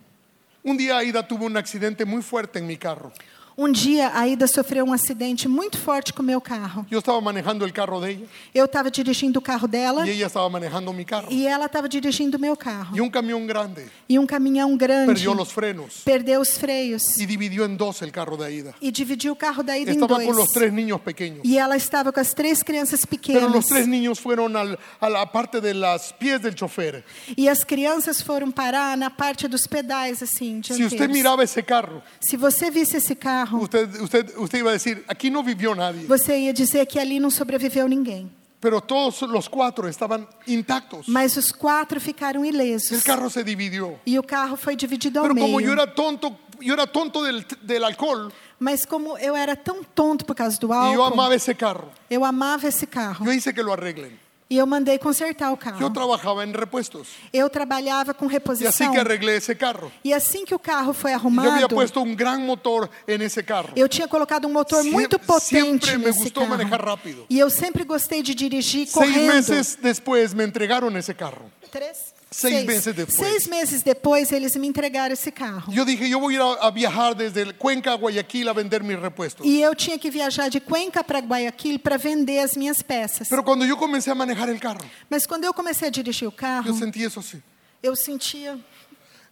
A: Un día Aida tuvo un accidente muy fuerte en mi carro.
B: Um dia, a Ida sofreu um acidente muito forte com o meu carro.
A: Yo estaba manejando el carro de ella
B: Eu estava dirigindo o carro dela
A: y ella estaba manejando mi carro.
B: e ela estava dirigindo o meu carro.
A: Y un camión grande
B: E um caminhão grande
A: perdió los frenos
B: perdeu os freios
A: y dividió en dos el carro de Aida.
B: e dividiu o carro da Ida em
A: Estaba con los
B: dois.
A: tres niños pequeños.
B: E ela estava com as três crianças
A: Pero
B: pequenas.
A: los tres niños fueron al- a la parte de las pies del chofer.
B: E as crianças foram parar na parte dos pedais, assim,
A: Si
B: dianteiros.
A: usted miraba esse carro,
B: Se você visse esse carro,
A: usted, usted, usted iba a decir, aquí no vivió nadie.
B: você ia dizer que ali não sobreviveu ninguém.
A: Pero todos los cuatro estaban intactos.
B: Mas os quatro ficaram
A: El
B: ilesos.
A: carro se dividió.
B: E o carro foi dividido ao
A: Pero como yo
B: meio.
A: era tonto, yo era tonto del, del alcohol
B: Mas como eu era tão tonto por causa do
A: y yo
B: álcool,
A: amaba ese carro,
B: eu amava esse carro.
A: yo hice que lo arreglen.
B: E eu mandei consertar o
A: Yo
B: carro.
A: trabajaba en repuestos
B: Eu trabalhava com
A: y así
B: reposição.
A: assim que arreglé esse carro.
B: E assim que o carro foi
A: Y Yo había
B: arrumado,
A: puesto un gran motor en ese carro.
B: eu tinha colocado um motor
A: Siem-
B: muito potente
A: sempre me
B: nesse
A: gustou manejar
B: carro.
A: rápido.
B: E eu sempre gostei de dirigir
A: Seis
B: correndo.
A: meses después me entregaron esse carro.
B: Três?
A: Seis meses depois.
B: Seis meses depois, eles me entregaram esse carro.
A: Yo dije, yo voy a ir a, a viajar desde el Cuenca a Guayaquil a vender mis repuestos.
B: E eu tinha que viajar de Cuenca para Guayaquil para vender as minhas peças.
A: Pero cuando yo comencé a manejar el carro,
B: Mas quando eu comecei a dirigir o
A: yo
B: carro,
A: sentí eso sí.
B: eu sentia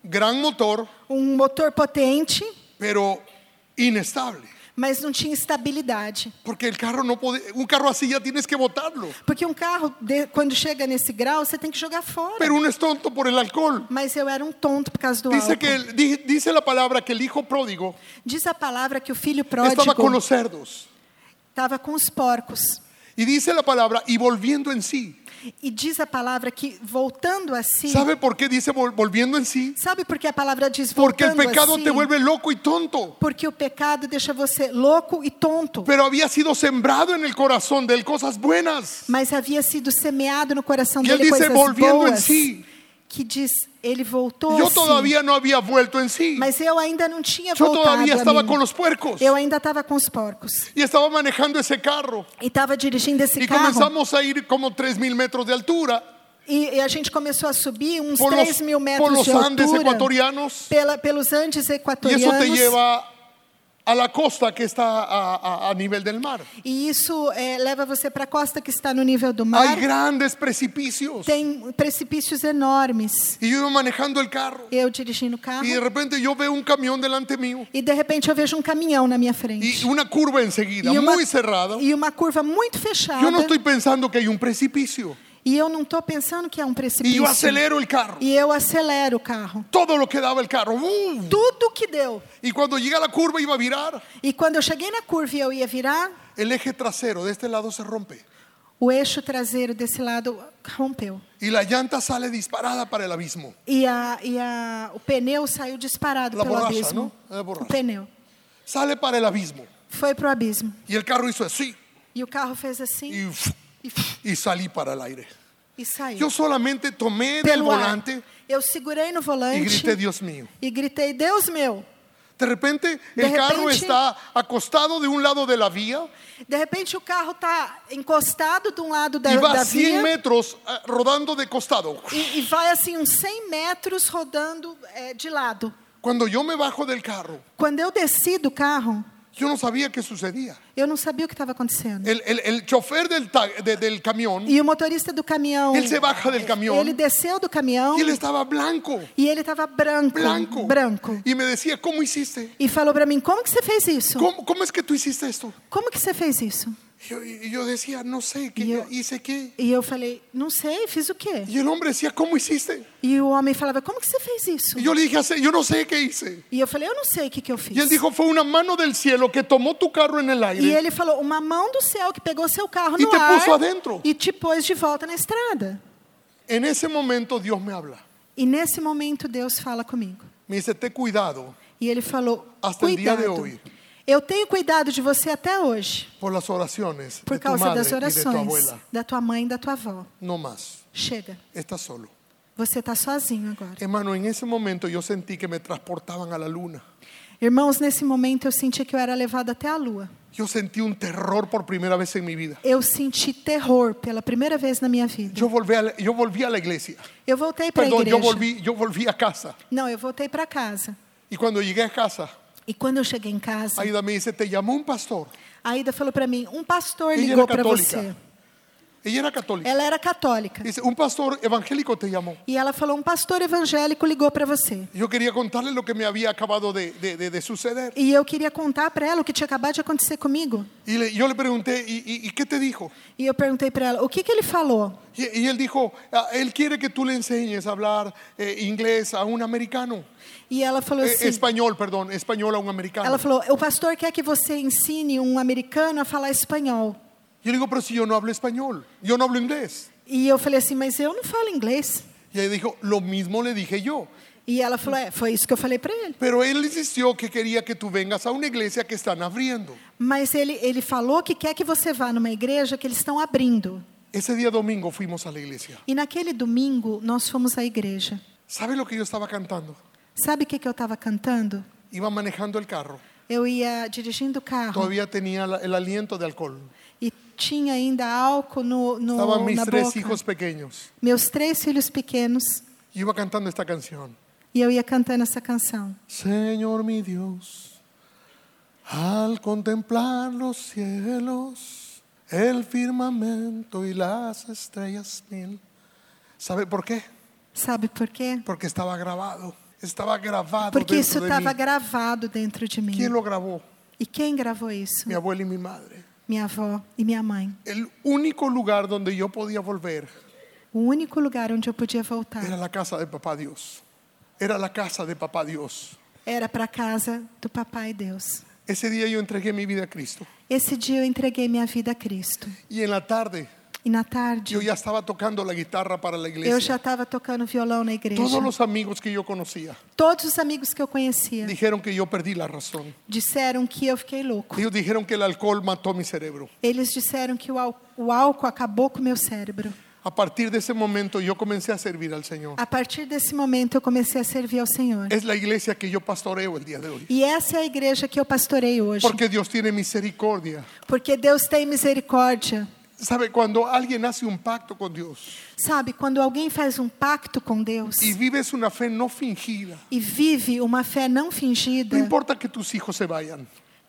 A: Gran motor,
B: um motor potente,
A: pero inestable.
B: mas não tinha estabilidade.
A: Porque el carro no puede, un carro así ya tienes que botarlo.
B: Porque um carro, de- quando chega nesse grau, você tem que jogar fora.
A: Pero uno es tonto por el alcohol.
B: Mas eu era um tonto por causa do
A: Dice,
B: álcool.
A: que el- di- dice la palabra que el hijo pródigo
B: Diz a palavra que o filho pródigo
A: estaba con los cerdos.
B: estava com os porcos.
A: Y dice la palabra, y volviendo en sí.
B: E diz a palavra que, voltando a si...
A: ¿Sabe por qué dice vol- volviendo en sí?
B: Sabe por que a palavra diz
A: Porque el
B: voltando
A: pecado
B: assim?
A: te vuelve loco y tonto.
B: Porque o pecado deixa você louco e tonto.
A: Pero había sido sembrado en el corazón de él cosas buenas.
B: Mas havia sido semeado no coração
A: E ele
B: dele
A: diz,
B: coisas
A: "Volviendo em
B: boas.
A: si."
B: Que diz, ele voltou a
A: Yo
B: si,
A: todavía no había vuelto en sí.
B: Mas eu ainda não tinha
A: Yo
B: voltado
A: todavía
B: a
A: estaba
B: mim.
A: con los puercos.
B: Eu ainda estava com os porcos.
A: Y estaba manejando ese carro.
B: E estava dirigindo esse
A: Y
B: carro.
A: comenzamos a ir como 3.000 metros de altura.
B: E, e a gente começou a subir uns
A: por
B: 3
A: los,
B: mil metros
A: por los
B: de
A: Andes
B: altura.
A: ecuatorianos
B: Pela, pelos Andes
A: y eso
B: equatorianos.
A: te lleva a la costa que está a, a- a nivel del mar.
B: E isso eh, leva você para a costa que está no nível do mar.
A: Hay grandes precipicios.
B: Tem precipícios enormes.
A: Y yo iba manejando el carro
B: Eu dirigindo o carro
A: y de repente yo veo un camión delante mío
B: e de repente eu vejo um caminhão na minha frente.
A: y una curva enseguida, muy cerrada.
B: e uma curva muito fechada.
A: Yo no estoy pensando que hay un precipcio
B: E eu não estou pensando que é um
A: y
B: precipício.
A: yo acelero el carro.
B: E eu acelero o carro.
A: Todo lo que daba el carro. ¡uh!
B: Tudo que deu.
A: Y cuando llega a la curva iba a virar,
B: E quando eu cheguei na curva e eu ia virar,
A: el eje trasero de este lado se rompe
B: o eixo traseiro desse lado rompeu.
A: y la llanta sale disparada para el abismo.
B: E, a, e a, o pneu saiu disparado
A: La
B: pelo
A: borracha,
B: abismo.
A: não? La borracha.
B: O pneu.
A: Sale para el abismo.
B: Foi pro abismo.
A: Y el carro hizo así
B: E o carro fez assim
A: y, uf,
B: e,
A: y salí para el aire.
B: e saiu.
A: Yo solamente tomé del
B: Pelo ar.
A: volante
B: Eu segurei no
A: y
B: volante
A: grité, Dios mío.
B: e gritei, Deus meu.
A: De repente
B: De
A: el carro
B: repente-
A: está acostado de un lado de la vía
B: De repente o carro está encostado de um lado da,
A: y va
B: da
A: a 100
B: via
A: metros ah, rodando de costado.
B: e, e vai assim uns 100 metros rodando eh, de lado.
A: Cuando yo me bajo del carro,
B: Quando eu desci do carro,
A: yo no sabía qué sucedía.
B: eu não sabia o que estava acontecendo.
A: El, el- el chofer del, ta- de- del camión,
B: E o motorista do caminhão,
A: él se baja del camión
B: ele desceu do caminhão
A: y él estava blanco,
B: e ele estava branco,
A: blanco.
B: branco.
A: Y me decía, ¿cómo hiciste?
B: E falou para mim, como que você fez isso?
A: ¿Cómo, cómo es que tú hiciste esto?
B: Como que você fez isso?
A: Y yo, y yo decía, no sé, ¿qué
B: Y yo-
A: yo hice qué?
B: E eu falei, não sei, fiz o quê?
A: Y el hombre decía, ¿cómo hiciste?
B: E o homem falava, como que você fez isso?
A: Y yo le dije, "Hace- yo no sé qué hice.
B: E eu falei, eu não sei o que, que eu fiz.
A: Y él dijo, fue una mano del cielo que tomó tu carro en el
B: E
A: aire
B: ele falou: uma mão do céu que pegou seu carro
A: E
B: no
A: te
B: ar
A: puso adentro.
B: e te pôs de volta na estrada.
A: En ese momento Dios me habla.
B: E nesse momento Deus fala comigo.
A: Me dice, ten cuidado.
B: E ele falou:
A: Hasta el día
B: cuidado.
A: de hoy.
B: Eu tenho cuidado de você até hoje,
A: por las oraciones
B: por
A: de tu
B: causa
A: madre
B: das
A: y de tu
B: orações
A: abuela.
B: da tua mãe e da tua avó.
A: No más.
B: Chega,
A: Estás solo.
B: você está sozinho agora.
A: Hermano, en ese momento yo sentí que me transportaban a la luna.
B: Irmãos, nesse momento eu senti que eu era levada até a lua.
A: Yo sentí un terror por primera vez en mi vida.
B: Eu senti terror pela primeira vez na minha vida.
A: Yo volví a la, yo volví a la iglesia.
B: Eu voltei para a
A: Perdón, yo
B: igreja.
A: volví, yo volví a casa.
B: Não, eu voltei para casa.
A: Y cuando llegué a casa,
B: E quando eu cheguei em casa,
A: Aida me dice, te llamó un pastor.
B: a Ida falou para mim: um pastor
A: Ella
B: ligou
A: era
B: para
A: católica.
B: você.
A: Ella era católica.
B: Ela era católica.
A: Dice, un pastor evangélico te llamó.
B: E ela falou: um pastor evangélico ligou para você.
A: Yo quería contarle lo que me había acabado de, de- de- de suceder.
B: E eu queria contar para ela o que tinha acabado de acontecer comigo.
A: Y le- yo le pregunté, ¿y, y- y qué te dijo?
B: E eu perguntei para ela: o que, que ele falou?
A: Y, y él dijo, "Ah, él quiere que tú le enseñes a hablar eh, inglés a un americano.
B: E ela falou
A: Eh,
B: assim:
A: español, perdón, español a un americano.
B: ela falou, o pastor quer que você ensine um americano a falar espanhol.
A: Yo le digo, pero si yo no hablo español, yo no hablo inglês.
B: E eu falei assim: mas eu não falo inglês.
A: Y ella dijo, lo mismo le dije yo.
B: E ela falou: é, foi isso que eu falei para ele.
A: Pero él insistió que quería que tú vengas a una iglesia que están abriendo.
B: Mas ele, ele falou que quer que você vá numa igreja que eles estão abrindo.
A: Ese día domingo fuimos a la iglesia.
B: E naquele domingo nós fomos à igreja.
A: ¿Sabe lo que yo estaba cantando?
B: Sabe o que, que eu estava cantando?
A: Iba manejando el carro.
B: Eu ia dirigindo o carro
A: Todavía tenía la- el aliento de alcohol.
B: e tinha ainda álcool no, no
A: Estaban mis
B: na
A: tres
B: boca.
A: hijos pequeños.
B: Meus três filhos pequenos
A: Y Iba cantando esta canción.
B: e eu ia cantando essa canção.
A: Señor mi Dios, al contemplar los cielos, el firmamento y las estrellas mil. ¿Sabe por qué?
B: Sabe por quê?
A: Porque estaba grabado. Estaba grabado.
B: Porque
A: dentro
B: isso
A: de
B: estava
A: mí.
B: gravado dentro de mim.
A: ¿Quién lo grabó?
B: E quem gravou isso?
A: Mi abuela y mi madre.
B: Minha avó e minha mãe.
A: El único lugar donde yo podía volver
B: O único lugar onde eu podia
A: era
B: voltar
A: la casa de papá Dios. Era la casa de papá Dios.
B: era para casa do Papai Deus.
A: Ese día yo entregué mi vida a Cristo.
B: Esse dia eu entreguei minha vida a Cristo.
A: Y en la tarde
B: E na tarde
A: yo ya estaba tocando la guitarra para la
B: eu
A: iglesia.
B: já estava tocando violão na igreja.
A: Todos los amigos que yo conocía
B: Todos os amigos que eu conhecia
A: dijeron que yo perdí la razón.
B: disseram que eu fiquei louco.
A: Ellos dijeron que el alcohol mató mi cerebro.
B: Eles disseram que o, ál- o álcool acabou com o meu cérebro.
A: A partir de ese momento yo comencé a servir al Señor.
B: A partir desse momento eu comecei a servir ao Senhor.
A: Es la iglesia que yo pastoreo el día de hoy.
B: E essa é a igreja que eu pastorei hoje.
A: Porque Dios tiene misericordia.
B: Porque Deus tem misericórdia.
A: Sabe, cuando alguien hace un pacto con Dios
B: Sabe, quando alguém faz um pacto com Deus
A: y vives una fe no fingida,
B: e vive uma fé não
A: no
B: fingida,
A: importa que tus hijos se vayan,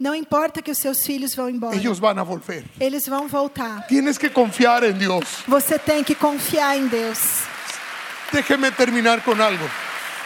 B: não importa que os seus filhos vão embora,
A: ellos van a volver.
B: eles vão voltar.
A: Tienes que confiar en Dios.
B: Você tem que confiar em Deus.
A: Déjeme terminar con algo.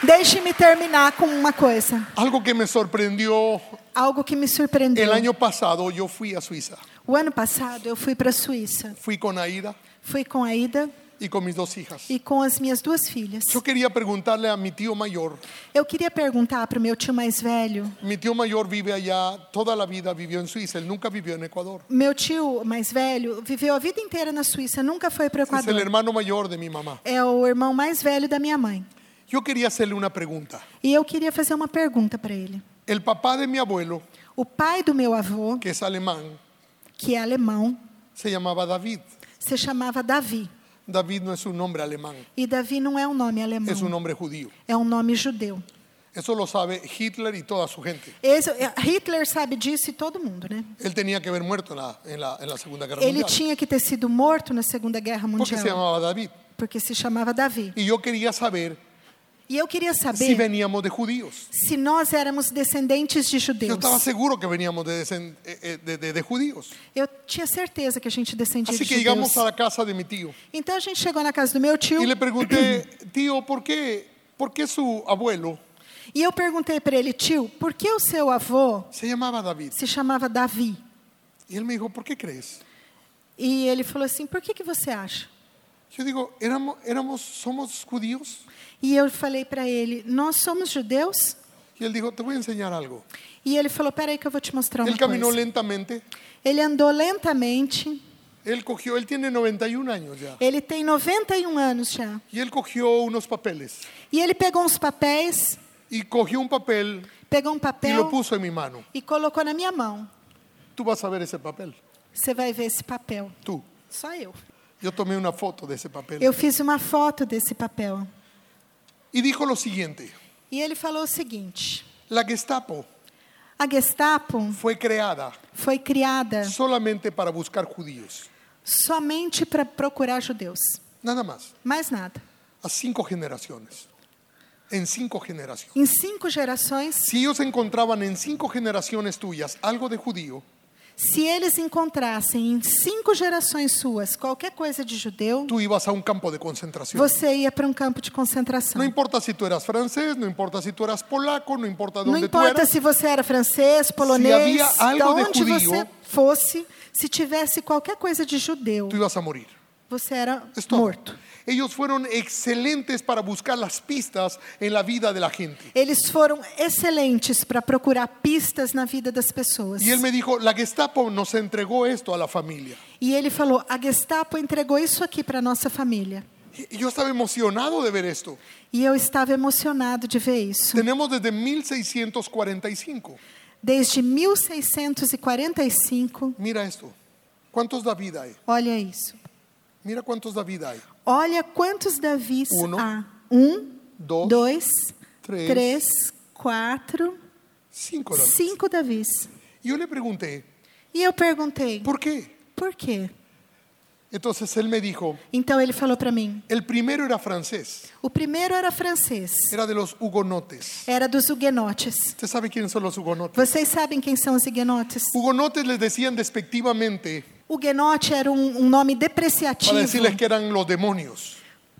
B: Deixe-me terminar com uma coisa,
A: Algo que me sorprendió
B: algo que me surpreendeu.
A: el año pasado, yo fui a Suiza.
B: O ano passado eu fui para a Suíça.
A: Fui con Aida
B: Fui com a Ida
A: y con mis dos hijas.
B: e com as minhas duas filhas.
A: Yo quería preguntarle a mi tío mayor.
B: Eu queria perguntar para o meu tio mais velho.
A: Mi tío mayor vive allá, toda la vida vivió en Suiza, él nunca vivió en Ecuador.
B: Meu tio mais velho viveu a vida inteira na Suíça, nunca foi para o
A: Es el
B: Equador.
A: hermano mayor de mi mamá.
B: É o irmão mais velho da minha mãe.
A: Yo quería hacerle una pregunta.
B: E eu queria fazer uma pergunta para ele.
A: El papá de mi abuelo,
B: O pai do meu avô,
A: que es alemán,
B: que é alemão,
A: se llamaba David.
B: se chamava Davi.
A: David no es un nombre alemán,
B: E Davi não é um nome alemão,
A: es un nombre judío.
B: é um nome judeu.
A: Eso lo sabe Hitler y toda su gente.
B: Esse- é, Hitler sabe disso e todo mundo, né?
A: Él tenía que haber muerto en la, en la- en la Segunda Guerra
B: Ele
A: Mundial.
B: tinha que ter sido morto na Segunda Guerra
A: Porque
B: Mundial,
A: se llamaba David.
B: porque se chamava Davi.
A: Y yo quería saber
B: E eu queria
A: si
B: saber
A: veníamos de judíos.
B: se nós éramos descendentes de
A: Yo
B: judeus.
A: estaba seguro que veníamos de, descend- eh, eh, de- de- de judíos.
B: Eu tinha certeza que a gente descendia
A: Así
B: de
A: Assim que llegamos
B: judeus.
A: a la casa de mi tío.
B: Então a gente chegou na casa do meu tio
A: Y le pregunté, tío, ¿por qué, por qué su abuelo
B: e eu perguntei para ele, tio, por que o seu avô
A: se llamaba David?
B: se chamava Davi?
A: Y él me dijo, ¿por qué crees?
B: E ele falou assim: Por que, que você acha?
A: Yo digo, éramos, éramos, somos judíos.
B: E eu falei para ele: Nós somos judeus?
A: Y él dijo, te voy a enseñar algo.
B: E ele falou: Peraí, que eu vou te mostrar uma
A: Él caminó
B: coisa.
A: lentamente.
B: Ele andou lentamente.
A: Él cogió, él tiene 91 años ya.
B: Ele tem 91 anos já.
A: Y él cogió unos papeles
B: E ele pegou uns papéis
A: y cogió un papel
B: pegou um
A: y lo
B: papel
A: puso en mi mano.
B: e colocou na minha mão.
A: Tú vas a ver ese papel,
B: Você vai ver esse papel.
A: tú.
B: Só eu.
A: Yo tomé una foto de ese papel.
B: Eu fiz uma foto desse papel.
A: Y dijo lo siguiente,
B: E ele falou o seguinte:
A: la Gestapo
B: a Gestapo
A: fue creada
B: foi criada
A: solamente para buscar judíos,
B: somente para procurar judeus.
A: nada más,
B: Mais nada.
A: a cinco generaciones, en cinco generaciones.
B: Em cinco gerações,
A: Si ellos encontraban en cinco generaciones tuyas algo de judío,
B: se eles encontrassem em cinco gerações suas qualquer coisa de judeu,
A: tú ibas a un campo de concentración.
B: você ia para um campo de
A: No
B: concentração.
A: importa si tú eras francés, no importa si tú eras polaco, no importa
B: Não
A: dónde tú
B: importa
A: eras.
B: se você era francês, polonês,
A: havia algo
B: de
A: de
B: onde
A: judeu-
B: você fosse, se tivesse qualquer coisa de judeu,
A: tú ibas a morir.
B: você era
A: Es todo.
B: morto.
A: Ellos fueron excelentes para buscar las pistas en la vida de la gente.
B: Eles foram excelentes para procurar pistas na vida das pessoas.
A: Y él me dijo, la Gestapo nos entregó esto a la familia.
B: E ele falou: a Gestapo entregou isso aqui para nossa família.
A: Y yo estaba emocionado de ver esto.
B: E eu estava emocionado de ver isso.
A: Tenemos desde 1645.
B: Desde 1645,
A: Mira esto. ¿Cuántos David hay?
B: olha isso.
A: Mira cuántos David hay.
B: Olha quantos Davis
A: Uno,
B: há. Um,
A: Dos,
B: dois,
A: três,
B: três, quatro,
A: cinco David.
B: cinco Davis.
A: Y yo le pregunté,
B: E eu perguntei:
A: ¿por qué?
B: por quê?
A: Entonces él me dijo,
B: Então ele falou para mim:
A: el primero era francés,
B: o primeiro era francês,
A: era de los hugonotes.
B: era dos huguenotes.
A: ¿Usted sabe quiénes son los hugonotes?
B: Vocês sabem quem são os huguenotes?
A: Hugonotes les decían despectivamente
B: Huguenote era um, um nome
A: para decirles
B: depreciativo
A: que eran los demonios,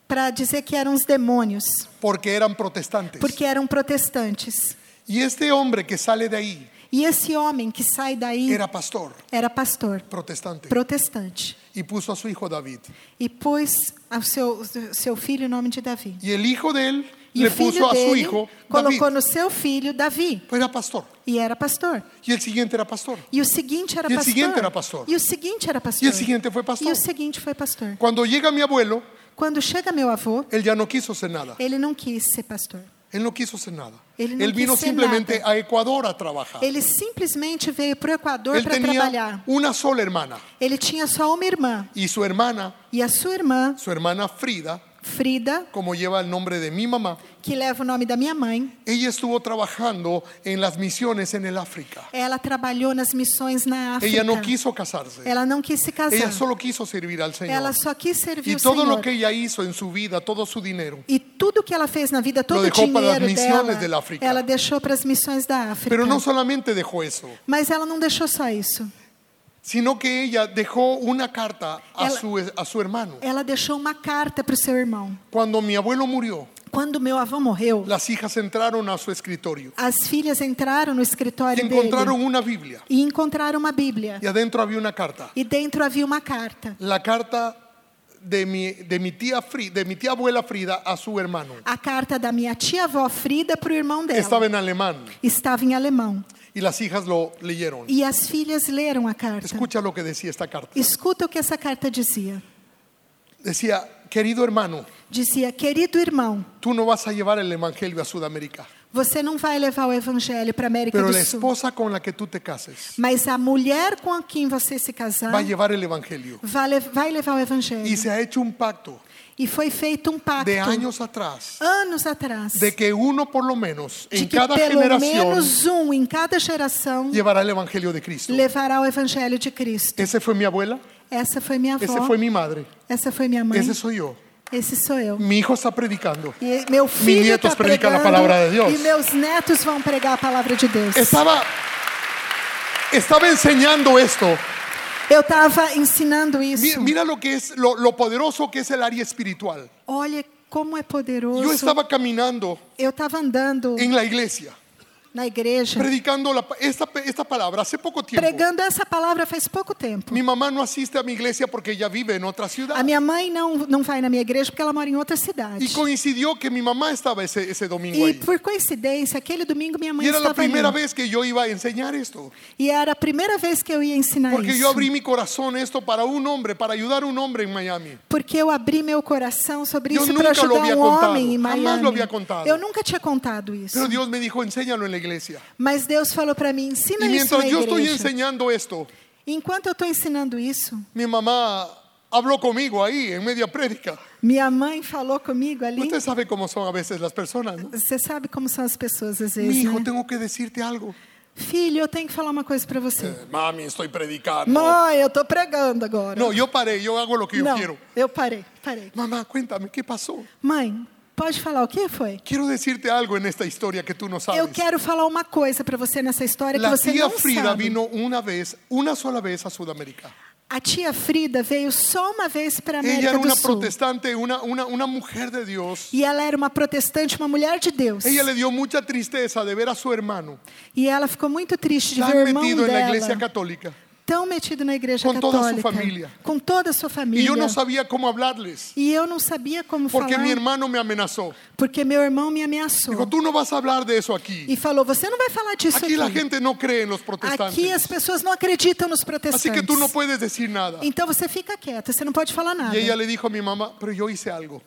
B: para dizer que eram os demônios,
A: porque eran protestantes.
B: porque eram protestantes.
A: Y este hombre que sale de ahí
B: E esse homem que sai daí
A: era pastor
B: era pastor
A: protestante
B: protestante
A: y puso a su hijo David.
B: e pôs ao seu, seu filho o nome de Davi.
A: Y el hijo de él
B: E
A: le
B: o filho
A: puso a su
B: dele
A: hijo David.
B: colocou no seu filho Davi
A: Pues era pastor.
B: e era pastor.
A: Y el siguiente era pastor.
B: E o seguinte era
A: E o
B: pastor.
A: seguinte era pastor.
B: E o seguinte era pastor.
A: E o seguinte foi pastor.
B: E o seguinte foi pastor.
A: Cuando llega mi abuelo,
B: Quando chega meu avô,
A: él ya no quiso ser nada.
B: ele não quis ser pastor.
A: Él no quiso ser nada.
B: Él no
A: él vino
B: quiso ser
A: simplemente
B: nada.
A: a Ecuador a trabajar.
B: Ele simplesmente veio para o Equador
A: Él
B: para
A: tenía
B: trabalhar.
A: una sola hermana
B: Ele tinha só uma irmã.
A: y su hermana,
B: E a sua irmã,
A: su hermana Frida,
B: Frida,
A: como lleva el nombre de mi mamá,
B: que leva o nome da minha mãe,
A: ella estuvo trabajando en las misiones en el África.
B: ela trabalhou nas missões na África.
A: Ella no quiso casarse.
B: Ela não quis se casar.
A: Ella solo quiso servir al Señor.
B: Ela só quis servir
A: y
B: o
A: todo
B: Senhor.
A: lo que ella hizo en su vida, todo su dinero.
B: E tudo que ela fez na vida, todo o
A: dejou para as
B: dinheiro
A: missões
B: dela,
A: da África.
B: ela deixou para as missões da África.
A: Pero no solamente dejó eso,
B: Mas ela não deixou só isso.
A: sino que ella dejó una carta a,
B: Ela-
A: su, a su hermano.
B: Ela deixou uma carta para o seu irmão.
A: Cuando mi abuelo murió,
B: Quando meu avô morreu,
A: las hijas entraron a su escritorio
B: as filhas entraram no
A: y
B: escritório
A: encontraram um-
B: dele
A: una Biblia.
B: e encontraram uma Bíblia.
A: Y adentro había una carta.
B: E dentro havia uma carta.
A: La carta de mi, de mi, tía, Fri- de mi tía abuela Frida a su hermano.
B: A carta da minha tia-avó Frida para o irmão dela.
A: Estaba en alemán
B: Estava em alemão.
A: y las hijas lo leyeron.
B: E as filhas leram a carta.
A: Escucha lo que decía esta carta.
B: Escuta o que essa carta dizia.
A: Decía, querido hermano,
B: Dizia: Querido irmão,
A: tú no vas a llevar el Evangelio a Sudamérica,
B: Você não vai levar o evangelho para a América
A: pero
B: do
A: la
B: Sul.
A: esposa con la que tú te cases
B: Mas a mulher com quem você se casar
A: va a llevar el Evangelio.
B: vai, le- vai levar o evangelho.
A: Y se ha hecho un pacto
B: E foi feito um pacto
A: de años atrás
B: anos atrás
A: de que uno por lo menos
B: de
A: en
B: que
A: cada
B: pelo
A: generación
B: menos um em cada geração
A: llevará el Evangelio de Cristo.
B: levará o evangelho de Cristo.
A: Ese fue mi abuela,
B: Essa foi minha avó.
A: ese fue mi madre,
B: Essa foi minha mãe.
A: esse soy yo.
B: Esse sou eu.
A: Mi hijo está predicando.
B: E meu filho
A: nietos
B: está
A: predicam a
B: pregando
A: palavra de Deus.
B: e meus netos vão pregar a palavra de Deus.
A: Estaba, estaba enseñando esto.
B: Eu estava ensinando isso.
A: Mi- Mira lo que es, lo, lo poderoso que es el área espiritual.
B: Olha como é poderoso.
A: Yo estaba caminando
B: Eu estava andando
A: en la iglesia
B: na igreja,
A: predicando la- esta, esta palabra hace poco tiempo.
B: pregando essa palavra faz pouco tempo.
A: Mi mamá no asiste a mi iglesia porque ella vive en otra ciudad.
B: A minha mãe não, não vai na minha igreja porque ela mora em outra
A: Y
B: cidade.
A: coincidió que mi mamá estaba ese, ese domingo
B: E
A: ahí.
B: por coincidência, aquele domingo minha mãe
A: Y era la
B: estava ali.
A: primera vez que yo iba a enseñar esto.
B: E era a primeira vez que eu ia ensinar
A: Porque
B: isso.
A: yo abrí mi corazón esto para un hombre, para ayudar a un hombre en Miami.
B: Porque eu abri meu coração sobre
A: Eu
B: isso
A: nunca lo
B: para ajudar
A: havia
B: um
A: contado.
B: homem em
A: Jamais
B: Miami.
A: lo havia contado.
B: Eu nunca tinha contado isso.
A: Pero Dios me dijo, enséñalo en la iglesia.
B: Mas Deus falou para mim, ensina
A: Y
B: isso
A: mientras
B: na
A: yo estoy
B: igreja.
A: enseñando esto,
B: Enquanto eu estou ensinando isso,
A: mi mamá habló conmigo ahí en media prédica.
B: minha mãe falou comigo ali.
A: Usted sabe cómo son a veces las personas. ¿no?
B: Você sabe como são as pessoas às
A: Mi
B: vezes,
A: hijo,
B: né?
A: tengo que decirte algo.
B: Filho, eu tenho que falar uma coisa para você.
A: Eh, Mami, estoy predicando.
B: Mãe, eu tô pregando agora.
A: No, yo paré, yo hago lo que yo
B: Não,
A: quiero.
B: eu parei, parei.
A: Mamá, cuéntame, ¿qué pasó?
B: Mãe, pode falar o que foi?
A: Quiero decirte algo en esta historia que tú no sabes.
B: Eu quero falar uma coisa para você nessa história que
A: La
B: você
A: tía
B: não
A: Frida
B: sabe.
A: vino una vez, una sola vez a Sudamérica.
B: A tia Frida veio só uma vez para a
A: Ella
B: América
A: era
B: do
A: una
B: Sul.
A: protestante, una, una, una mujer de Dios.
B: E ela era uma protestante, uma mulher de Deus.
A: Ella le dio mucha tristeza de ver a su hermano
B: E ela ficou muito triste de
A: tan
B: ver o irmão
A: Tá metido en la iglesia
B: dela
A: católica.
B: tão metido na igreja
A: Com toda a sua
B: católica.
A: família.
B: Com toda a sua família.
A: Y yo no sabía cómo hablarles,
B: E eu não sabia como
A: porque
B: falar,
A: mi hermano me amenazó.
B: porque meu irmão me ameaçou.
A: Dijo, tú no vas a hablar de eso aquí.
B: E falou, você não vai falar disso
A: Aquí la
B: aqui.
A: gente no cree en los
B: Aqui as
A: protestantes.
B: pessoas não acreditam nos protestantes.
A: Así Assim que tú no puedes decir nada. Y
B: Então você fica quieta, você não pode falar nada.
A: ella le dijo a mi mamá, pero yo hice algo.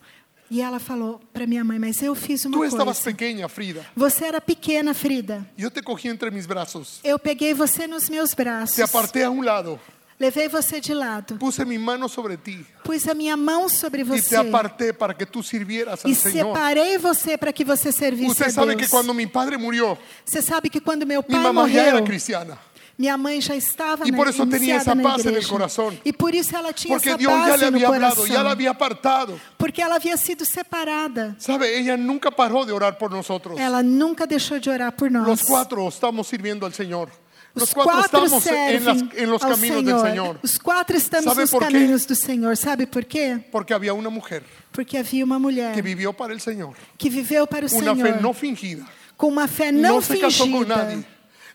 B: E ela falou para minha mãe, mas eu fiz uma
A: Tú
B: coisa.
A: estabas pequeña, Frida.
B: Você era pequena, Frida.
A: Yo te cogí entre mis brazos.
B: Eu peguei você nos meus braços.
A: Te aparté a un lado.
B: Levei você de lado.
A: Puse mi mano sobre ti.
B: Pus a minha mão sobre
A: y te
B: você.
A: aparté para que tú sirvieras
B: E
A: al Señor.
B: separei você para que você servisse
A: Usted
B: a
A: sabe que
B: Deus.
A: cuando mi padre murió,
B: Você sabe que quando meu
A: mi
B: pai
A: mamá ya era
B: morreu,
A: cristiana,
B: minha mãe já estava
A: E por
B: na,
A: isso tinha
B: iniciada
A: essa
B: na
A: paz no
B: igreja.
A: coração.
B: E por isso ela tinha
A: porque
B: essa
A: Dios ya
B: paz
A: le
B: no
A: había hablado,
B: coração.
A: ya la había apartado.
B: Porque ela havia sido separada.
A: Sabe, ella nunca paró de orar por nosotros.
B: Ela nunca deixou de orar por nós.
A: Los cuatro estamos sirviendo al Señor. Los
B: Os
A: cuatro
B: quatro
A: estamos en,
B: servem
A: las- en los
B: ao
A: caminos del Señor,
B: Os quatro estamos
A: Sabe
B: nos
A: por quê?
B: caminhos do Senhor. Sabe por quê?
A: porque había una mujer
B: Porque havia uma
A: que
B: mulher
A: vivió para el Señor,
B: que viveu para o
A: una fe
B: Senhor
A: no fingida,
B: com uma fé
A: no,
B: não,
A: se casó con nadie,
B: fingida.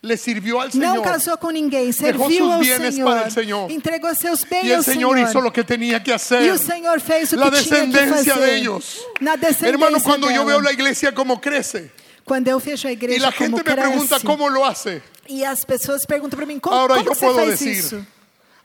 A: le sirvió al
B: Não
A: Señor
B: casou com ninguém,
A: sus
B: serviu ao
A: bienes para el Señor.
B: Senhor, entregou seus bens
A: y el
B: ao
A: Señor
B: Senhor.
A: hizo lo que tenía que hacer.
B: E o Senhor fez o
A: la
B: que tinha que
A: descendencia
B: fazer.
A: de ellos.
B: Na descendência
A: Hermano, cuando yo
B: dela.
A: veo la iglesia como crece
B: Quando eu vejo a
A: y
B: igreja
A: la gente
B: como
A: me pregunta
B: cresce,
A: cómo lo hace,
B: e as pessoas perguntam para mim como,
A: ahora
B: como
A: yo
B: que você
A: puedo
B: faz
A: decir,
B: isso?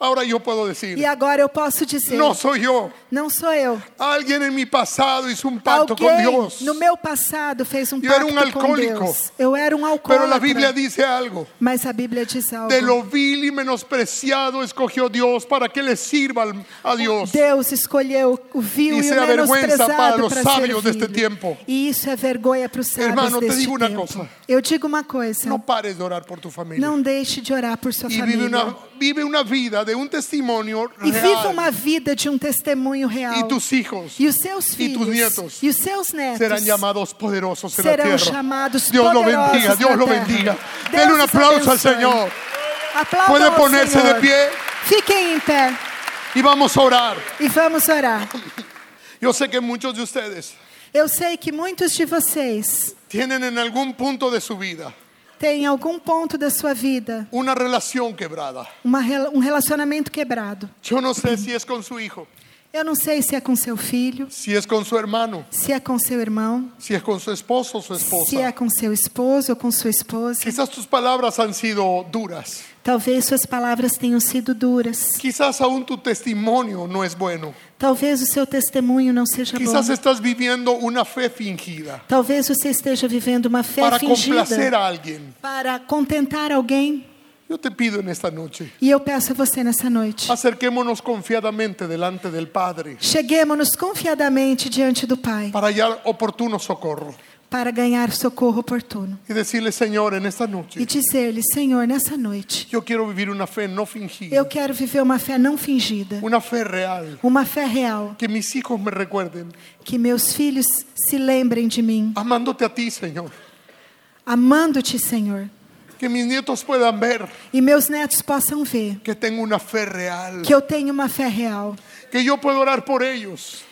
A: ahora yo puedo
B: E
A: decir,
B: agora eu posso dizer,
A: no soy yo,
B: não sou eu.
A: alguien en mi pasado hizo un pacto con
B: Alguém
A: Dios,
B: no meu passado fez um
A: Eu era
B: pacto
A: um
B: com
A: alcoólico.
B: Deus. Eu era um alcoólatra.
A: pero la Biblia dice algo.
B: Mas a Bíblia diz algo.
A: De lo vil y menospreciado escogió Dios para que le sirva al- a Dios.
B: Deus escolheu o vil
A: Isso
B: e
A: é
B: o
A: a vergonha
B: menosprezado
A: para os
B: pra
A: sábios
B: servir.
A: deste tempo.
B: E isso é vergonha para os sábios
A: Hermano, te
B: deste
A: digo uma
B: tempo.
A: coisa.
B: Eu digo uma coisa.
A: No pares de orar por tu familia.
B: Não deixe de orar por sua
A: Y vive
B: família.
A: una, vive una vida de un testimonio
B: E viva uma
A: real.
B: vida de um testemunho real.
A: Y tus hijos
B: E os seus
A: e
B: filhos
A: tus nietos
B: e os seus netos
A: serán llamados poderosos en la
B: serão
A: tierra.
B: chamados
A: Dios lo
B: poderosos
A: bendiga,
B: na
A: Dios lo
B: terra.
A: bendiga.
B: Deus
A: Denle un
B: os
A: aplauso al
B: abençoe.
A: Señor.
B: Aplaudam
A: Puede
B: ao
A: ponerse
B: Senhor.
A: de pie
B: Fiquem em pé
A: y vamos a orar.
B: e vamos orar.
A: Yo sé que muchos de ustedes
B: Eu sei que muitos de vocês
A: tienen en algún punto de su vida
B: têm algum ponto da sua vida
A: una relación quebrada.
B: uma rela- um relacionamento quebrado.
A: Yo no sé si es con su hijo,
B: Eu não sei se é com seu filho,
A: si es con su hermano,
B: se é com seu irmão,
A: si es con su esposo o su
B: se é
A: esposa.
B: com seu esposo ou com sua esposa.
A: Quizás tus palabras han sido duras.
B: Talvez suas palavras tenham sido duras.
A: Quizás aún tu testimonio no es bueno.
B: Talvez o seu testemunho não seja
A: Quizás
B: bom.
A: estás viviendo una fe fingida
B: Talvez você esteja vivendo uma fé
A: para complacer
B: fingida
A: a alguien.
B: para contentar alguém.
A: Yo te pido en esta noche,
B: E eu peço a você nessa noite.
A: acerquémonos confiadamente delante del Padre
B: Cheguemos-nos confiadamente diante do Pai
A: para hallar oportuno socorro
B: para ganhar socorro oportuno.
A: y decirle, Señor, en esta
B: E
A: noche
B: dizer-lhe, Senhor, nessa noite,
A: yo quiero vivir una fe no
B: eu
A: fingida,
B: quero viver uma fé não fingida,
A: una fe real,
B: uma fé real,
A: que mis hijos me recuerden,
B: que meus filhos se lembrem de mim,
A: amándote a ti, Señor,
B: amando-te, Senhor,
A: que mis nietos puedan ver
B: e meus netos possam ver
A: que tengo una fe real,
B: que eu tenho uma fé real,
A: que yo puedo orar por ellos,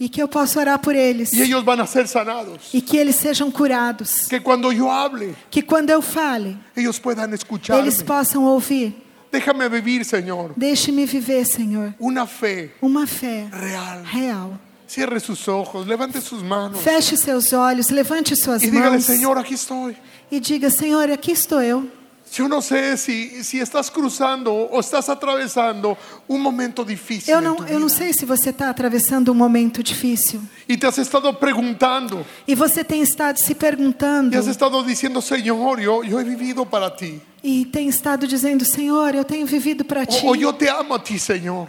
B: e que eu possa orar por eles
A: y ellos van a ser sanados.
B: e que eles sejam curados.
A: Que cuando yo hable,
B: Que quando eu fale,
A: ellos puedan escucharme.
B: eles possam ouvir.
A: Déjame vivir, Señor,
B: Deixe-me viver, Senhor,
A: una fe
B: uma fé
A: real.
B: real.
A: Cierre sus ojos, levante sus manos
B: Feche seus olhos, levante suas
A: y dígale,
B: mãos
A: Señor, aquí estoy.
B: e diga: Senhor, aqui estou eu.
A: Yo no sé si, si estás cruzando o estás atravesando un momento difícil.
B: Eu
A: en
B: não,
A: tu
B: eu não
A: vida.
B: sei se você está atravessando um momento difícil
A: Y te has estado preguntando,
B: e você tem estado se perguntando
A: y has estado diciendo, Señor, yo, yo he vivido para ti.
B: e tem estado dizendo: Senhor, eu tenho vivido para ti.
A: O, o yo te amo a ti, Señor.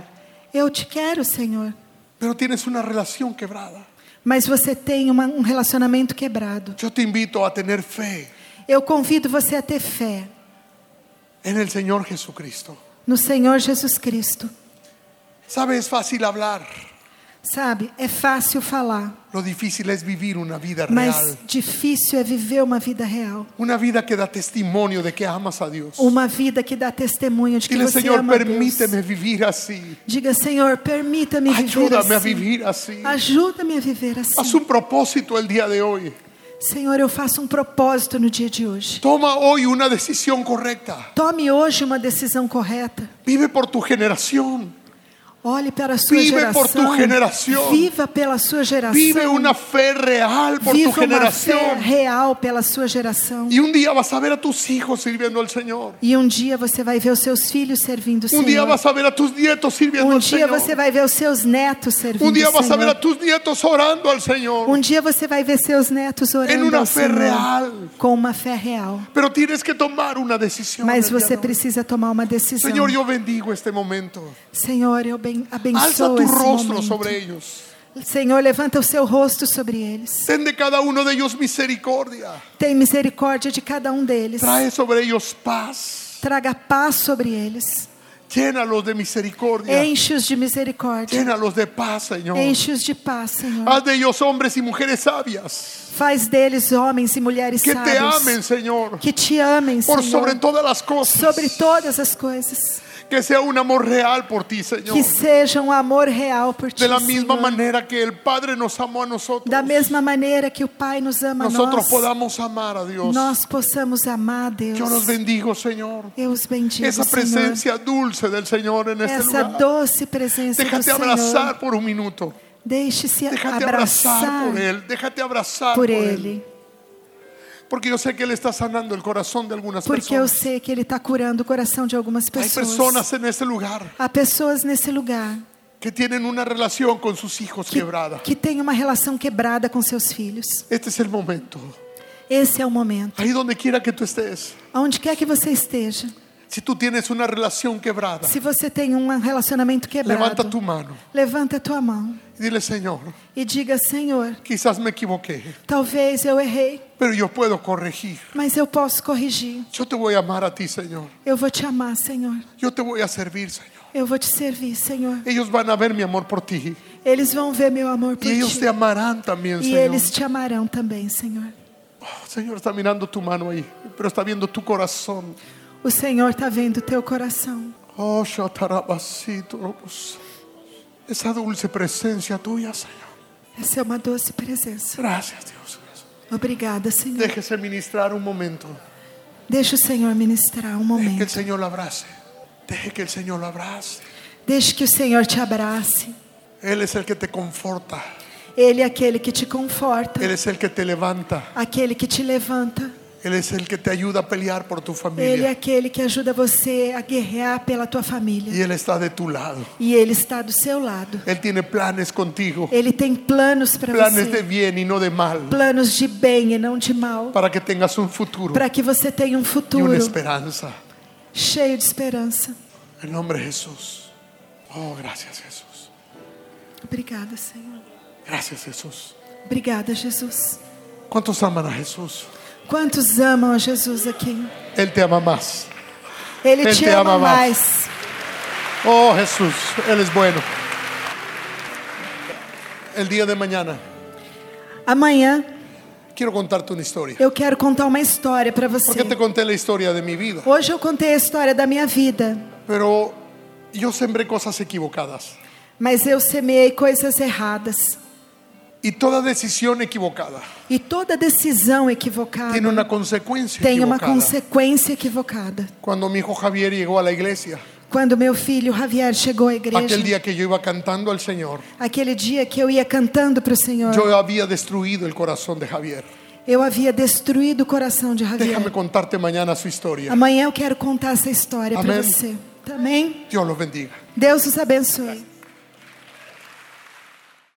B: Eu te quero, Senhor.
A: Pero tienes una relación quebrada.
B: Mas você tem uma, um relacionamento quebrado.
A: Yo te invito a tener fe
B: Eu convido você a ter fé
A: en el Señor Jesucristo.
B: no Senhor Jesus Cristo.
A: Sabe, es fácil hablar.
B: Sabe, é fácil falar,
A: Lo difícil es vivir una vida
B: mas
A: real.
B: difícil é viver uma vida real.
A: Una vida que da testimonio de que amas a Dios.
B: Uma vida que dá testemunho de que
A: Dile,
B: você
A: Señor,
B: ama a Deus.
A: permíteme vivir así.
B: Diga, Senhor, permita-me viver
A: Ayúdame
B: assim.
A: a vivir así.
B: Ajuda-me a viver assim.
A: Haz un propósito el día de hoy.
B: Senhor, eu faço um propósito no dia de hoje.
A: Toma hoy una decisión correcta.
B: Tome hoje uma decisão correta.
A: Vive por tu generación.
B: Olhe para a sua
A: Vive
B: geração.
A: por tu geração.
B: Viva pela sua geração.
A: Vive una fe real por tu
B: Viva uma fé
A: generación.
B: real pela sua geração.
A: Y un día vas a ver a tus hijos sirviendo al Señor.
B: E um dia você vai ver os seus filhos servindo o Senhor.
A: Un día vas a ver Um a tus nietos sirviendo
B: Um
A: al
B: dia
A: Señor.
B: você vai ver os seus netos servindo
A: Un día
B: o
A: vas a
B: Senhor.
A: ver a tus nietos orando al Señor.
B: Um dia você vai ver seus netos orando
A: En una
B: ao
A: fe
B: Senhor
A: real.
B: com uma fé real.
A: Pero tienes que tomar una decisión.
B: Mas
A: el día
B: você
A: de hoy.
B: precisa tomar uma decisão.
A: Señor, yo bendigo este momento.
B: Senhor, eu ben-
A: Alza
B: abençoo
A: tu
B: esse
A: rostro
B: momento.
A: sobre ellos.
B: Senhor, levanta o seu rosto sobre eles.
A: Ten de cada uno de ellos misericordia.
B: Tem misericórdia de cada um deles.
A: Trae sobre ellos paz.
B: Traga paz sobre eles.
A: Llénalos de misericordia.
B: Enche-os de misericórdia.
A: Llénalos de paz, Señor.
B: Enche-os de paz, Senhor.
A: Haz de ellos hombres y mujeres sabias.
B: Faz deles homens e mulheres
A: Que te
B: sábios.
A: amen, Señor.
B: Que te amem,
A: Por
B: Senhor.
A: sobre todas las cosas.
B: sobre todas as coisas.
A: Que sea un amor real por ti, Señor.
B: Que seja um amor real por ti.
A: De la misma
B: Senhor.
A: manera que el Padre nos amó a nosotros.
B: Da mesma maneira que o Pai nos ama a
A: Nosotros
B: nós,
A: podamos amar a Dios.
B: nós possamos amar a Deus.
A: Yo los bendigo, Señor.
B: Eu os bendigo,
A: Esa
B: Senhor.
A: presencia dulce del Señor en este
B: Essa
A: lugar.
B: doce presença do
A: Déjate
B: Senhor.
A: abrazar por un minuto.
B: Deixe-se
A: Déjate
B: abraçar
A: abrazar por Él. Déjate abrazar
B: por Ele.
A: Porque yo sé que Él está sanando el corazón de algunas
B: Porque eu
A: personas.
B: sei que Ele está curando o coração de algumas
A: Hay
B: pessoas.
A: personas en este lugar
B: Há pessoas nesse lugar
A: que tienen una relación con sus hijos
B: que,
A: quebrada.
B: que têm uma relação quebrada com seus filhos.
A: Este es el momento.
B: Esse é o momento.
A: Ahí donde quiera que tú estés.
B: Onde quer que você esteja,
A: Si tú tienes una relación quebrada,
B: se você tem um relacionamento quebrado,
A: levanta tu mano
B: levanta a tua mão
A: y dile, Señor,
B: e diga: Senhor,
A: quizás me equivoqué,
B: talvez eu errei,
A: pero yo puedo corregir.
B: mas eu posso corrigir.
A: Yo te voy a amar a ti, Señor.
B: Eu vou te amar, Senhor.
A: Yo te voy a servir, Señor.
B: Eu vou te servir, Senhor.
A: Ellos van a ver mi amor por ti
B: Eles vão ver meu amor por
A: y ellos
B: ti.
A: te amarán también,
B: E
A: Señor.
B: eles te amarão também, Senhor.
A: Oh, Señor está mirando tu mano ahí, pero está viendo tu corazón.
B: O Senhor está vendo o teu coração.
A: Oh, Shatarabasito, Robos. esa dulce presencia tuya, Señor.
B: Essa é uma doce presença.
A: Gracias, Dios. Gracias.
B: Obrigada, Senhor.
A: Déjese ministrar un momento.
B: Deixa o Senhor ministrar um
A: Deje que el
B: momento.
A: Señor lo abrace. Deje que el Señor lo abrace.
B: Deixe que o Senhor te abrace.
A: Él es el que te conforta.
B: Ele é aquele que te conforta,
A: Él es el que te levanta.
B: aquele que te levanta.
A: Él es el que te ayuda a pelear por tu
B: Ele é
A: familia.
B: aquele que ajuda você a guerrear pela tua
A: Y
B: família.
A: Él está de tu lado.
B: E ele está do seu lado.
A: Él tiene planes contigo.
B: Ele tem planos para
A: Planes de
B: você.
A: bien y no de mal.
B: Planos de bem e não de mal,
A: Para que tengas un futuro
B: para que você tenha um
A: y
B: futuro
A: una esperanza.
B: cheio de esperança.
A: En nombre de Jesús. Oh, gracias Jesús.
B: Obrigada, Senhor.
A: Gracias Jesús.
B: Obrigada, Jesus.
A: ¿Cuántos aman a Jesús?
B: Quantos amam a Jesus aqui?
A: Él te ama más.
B: Ele,
A: Ele
B: te,
A: te
B: ama
A: ama
B: mais.
A: Oh Jesús, Él es bueno. El día de mañana
B: Amanhã
A: quiero contarte una historia.
B: eu quero contar uma história para
A: Porque
B: você.
A: te conté la historia de mi vida,
B: Hoje eu contei a história da minha vida,
A: pero yo sembré cosas equivocadas.
B: mas eu semeei coisas erradas.
A: Y toda decisión equivocada
B: E toda decisão equivocada
A: tiene una consecuencia
B: tem uma
A: equivocada.
B: consequência equivocada.
A: Cuando mi hijo Javier llegó a la iglesia,
B: Quando meu filho Javier chegou à igreja,
A: aquel día que yo iba cantando al Señor,
B: aquele dia que eu ia cantando para o Senhor,
A: yo había destruido el corazón de Javier.
B: eu havia destruído o coração de Javier.
A: Déjame contarte mañana su historia.
B: Amanhã eu quero contar essa história para
A: Amém.
B: você. Amém?
A: Dios los bendiga.
B: Deus os abençoe.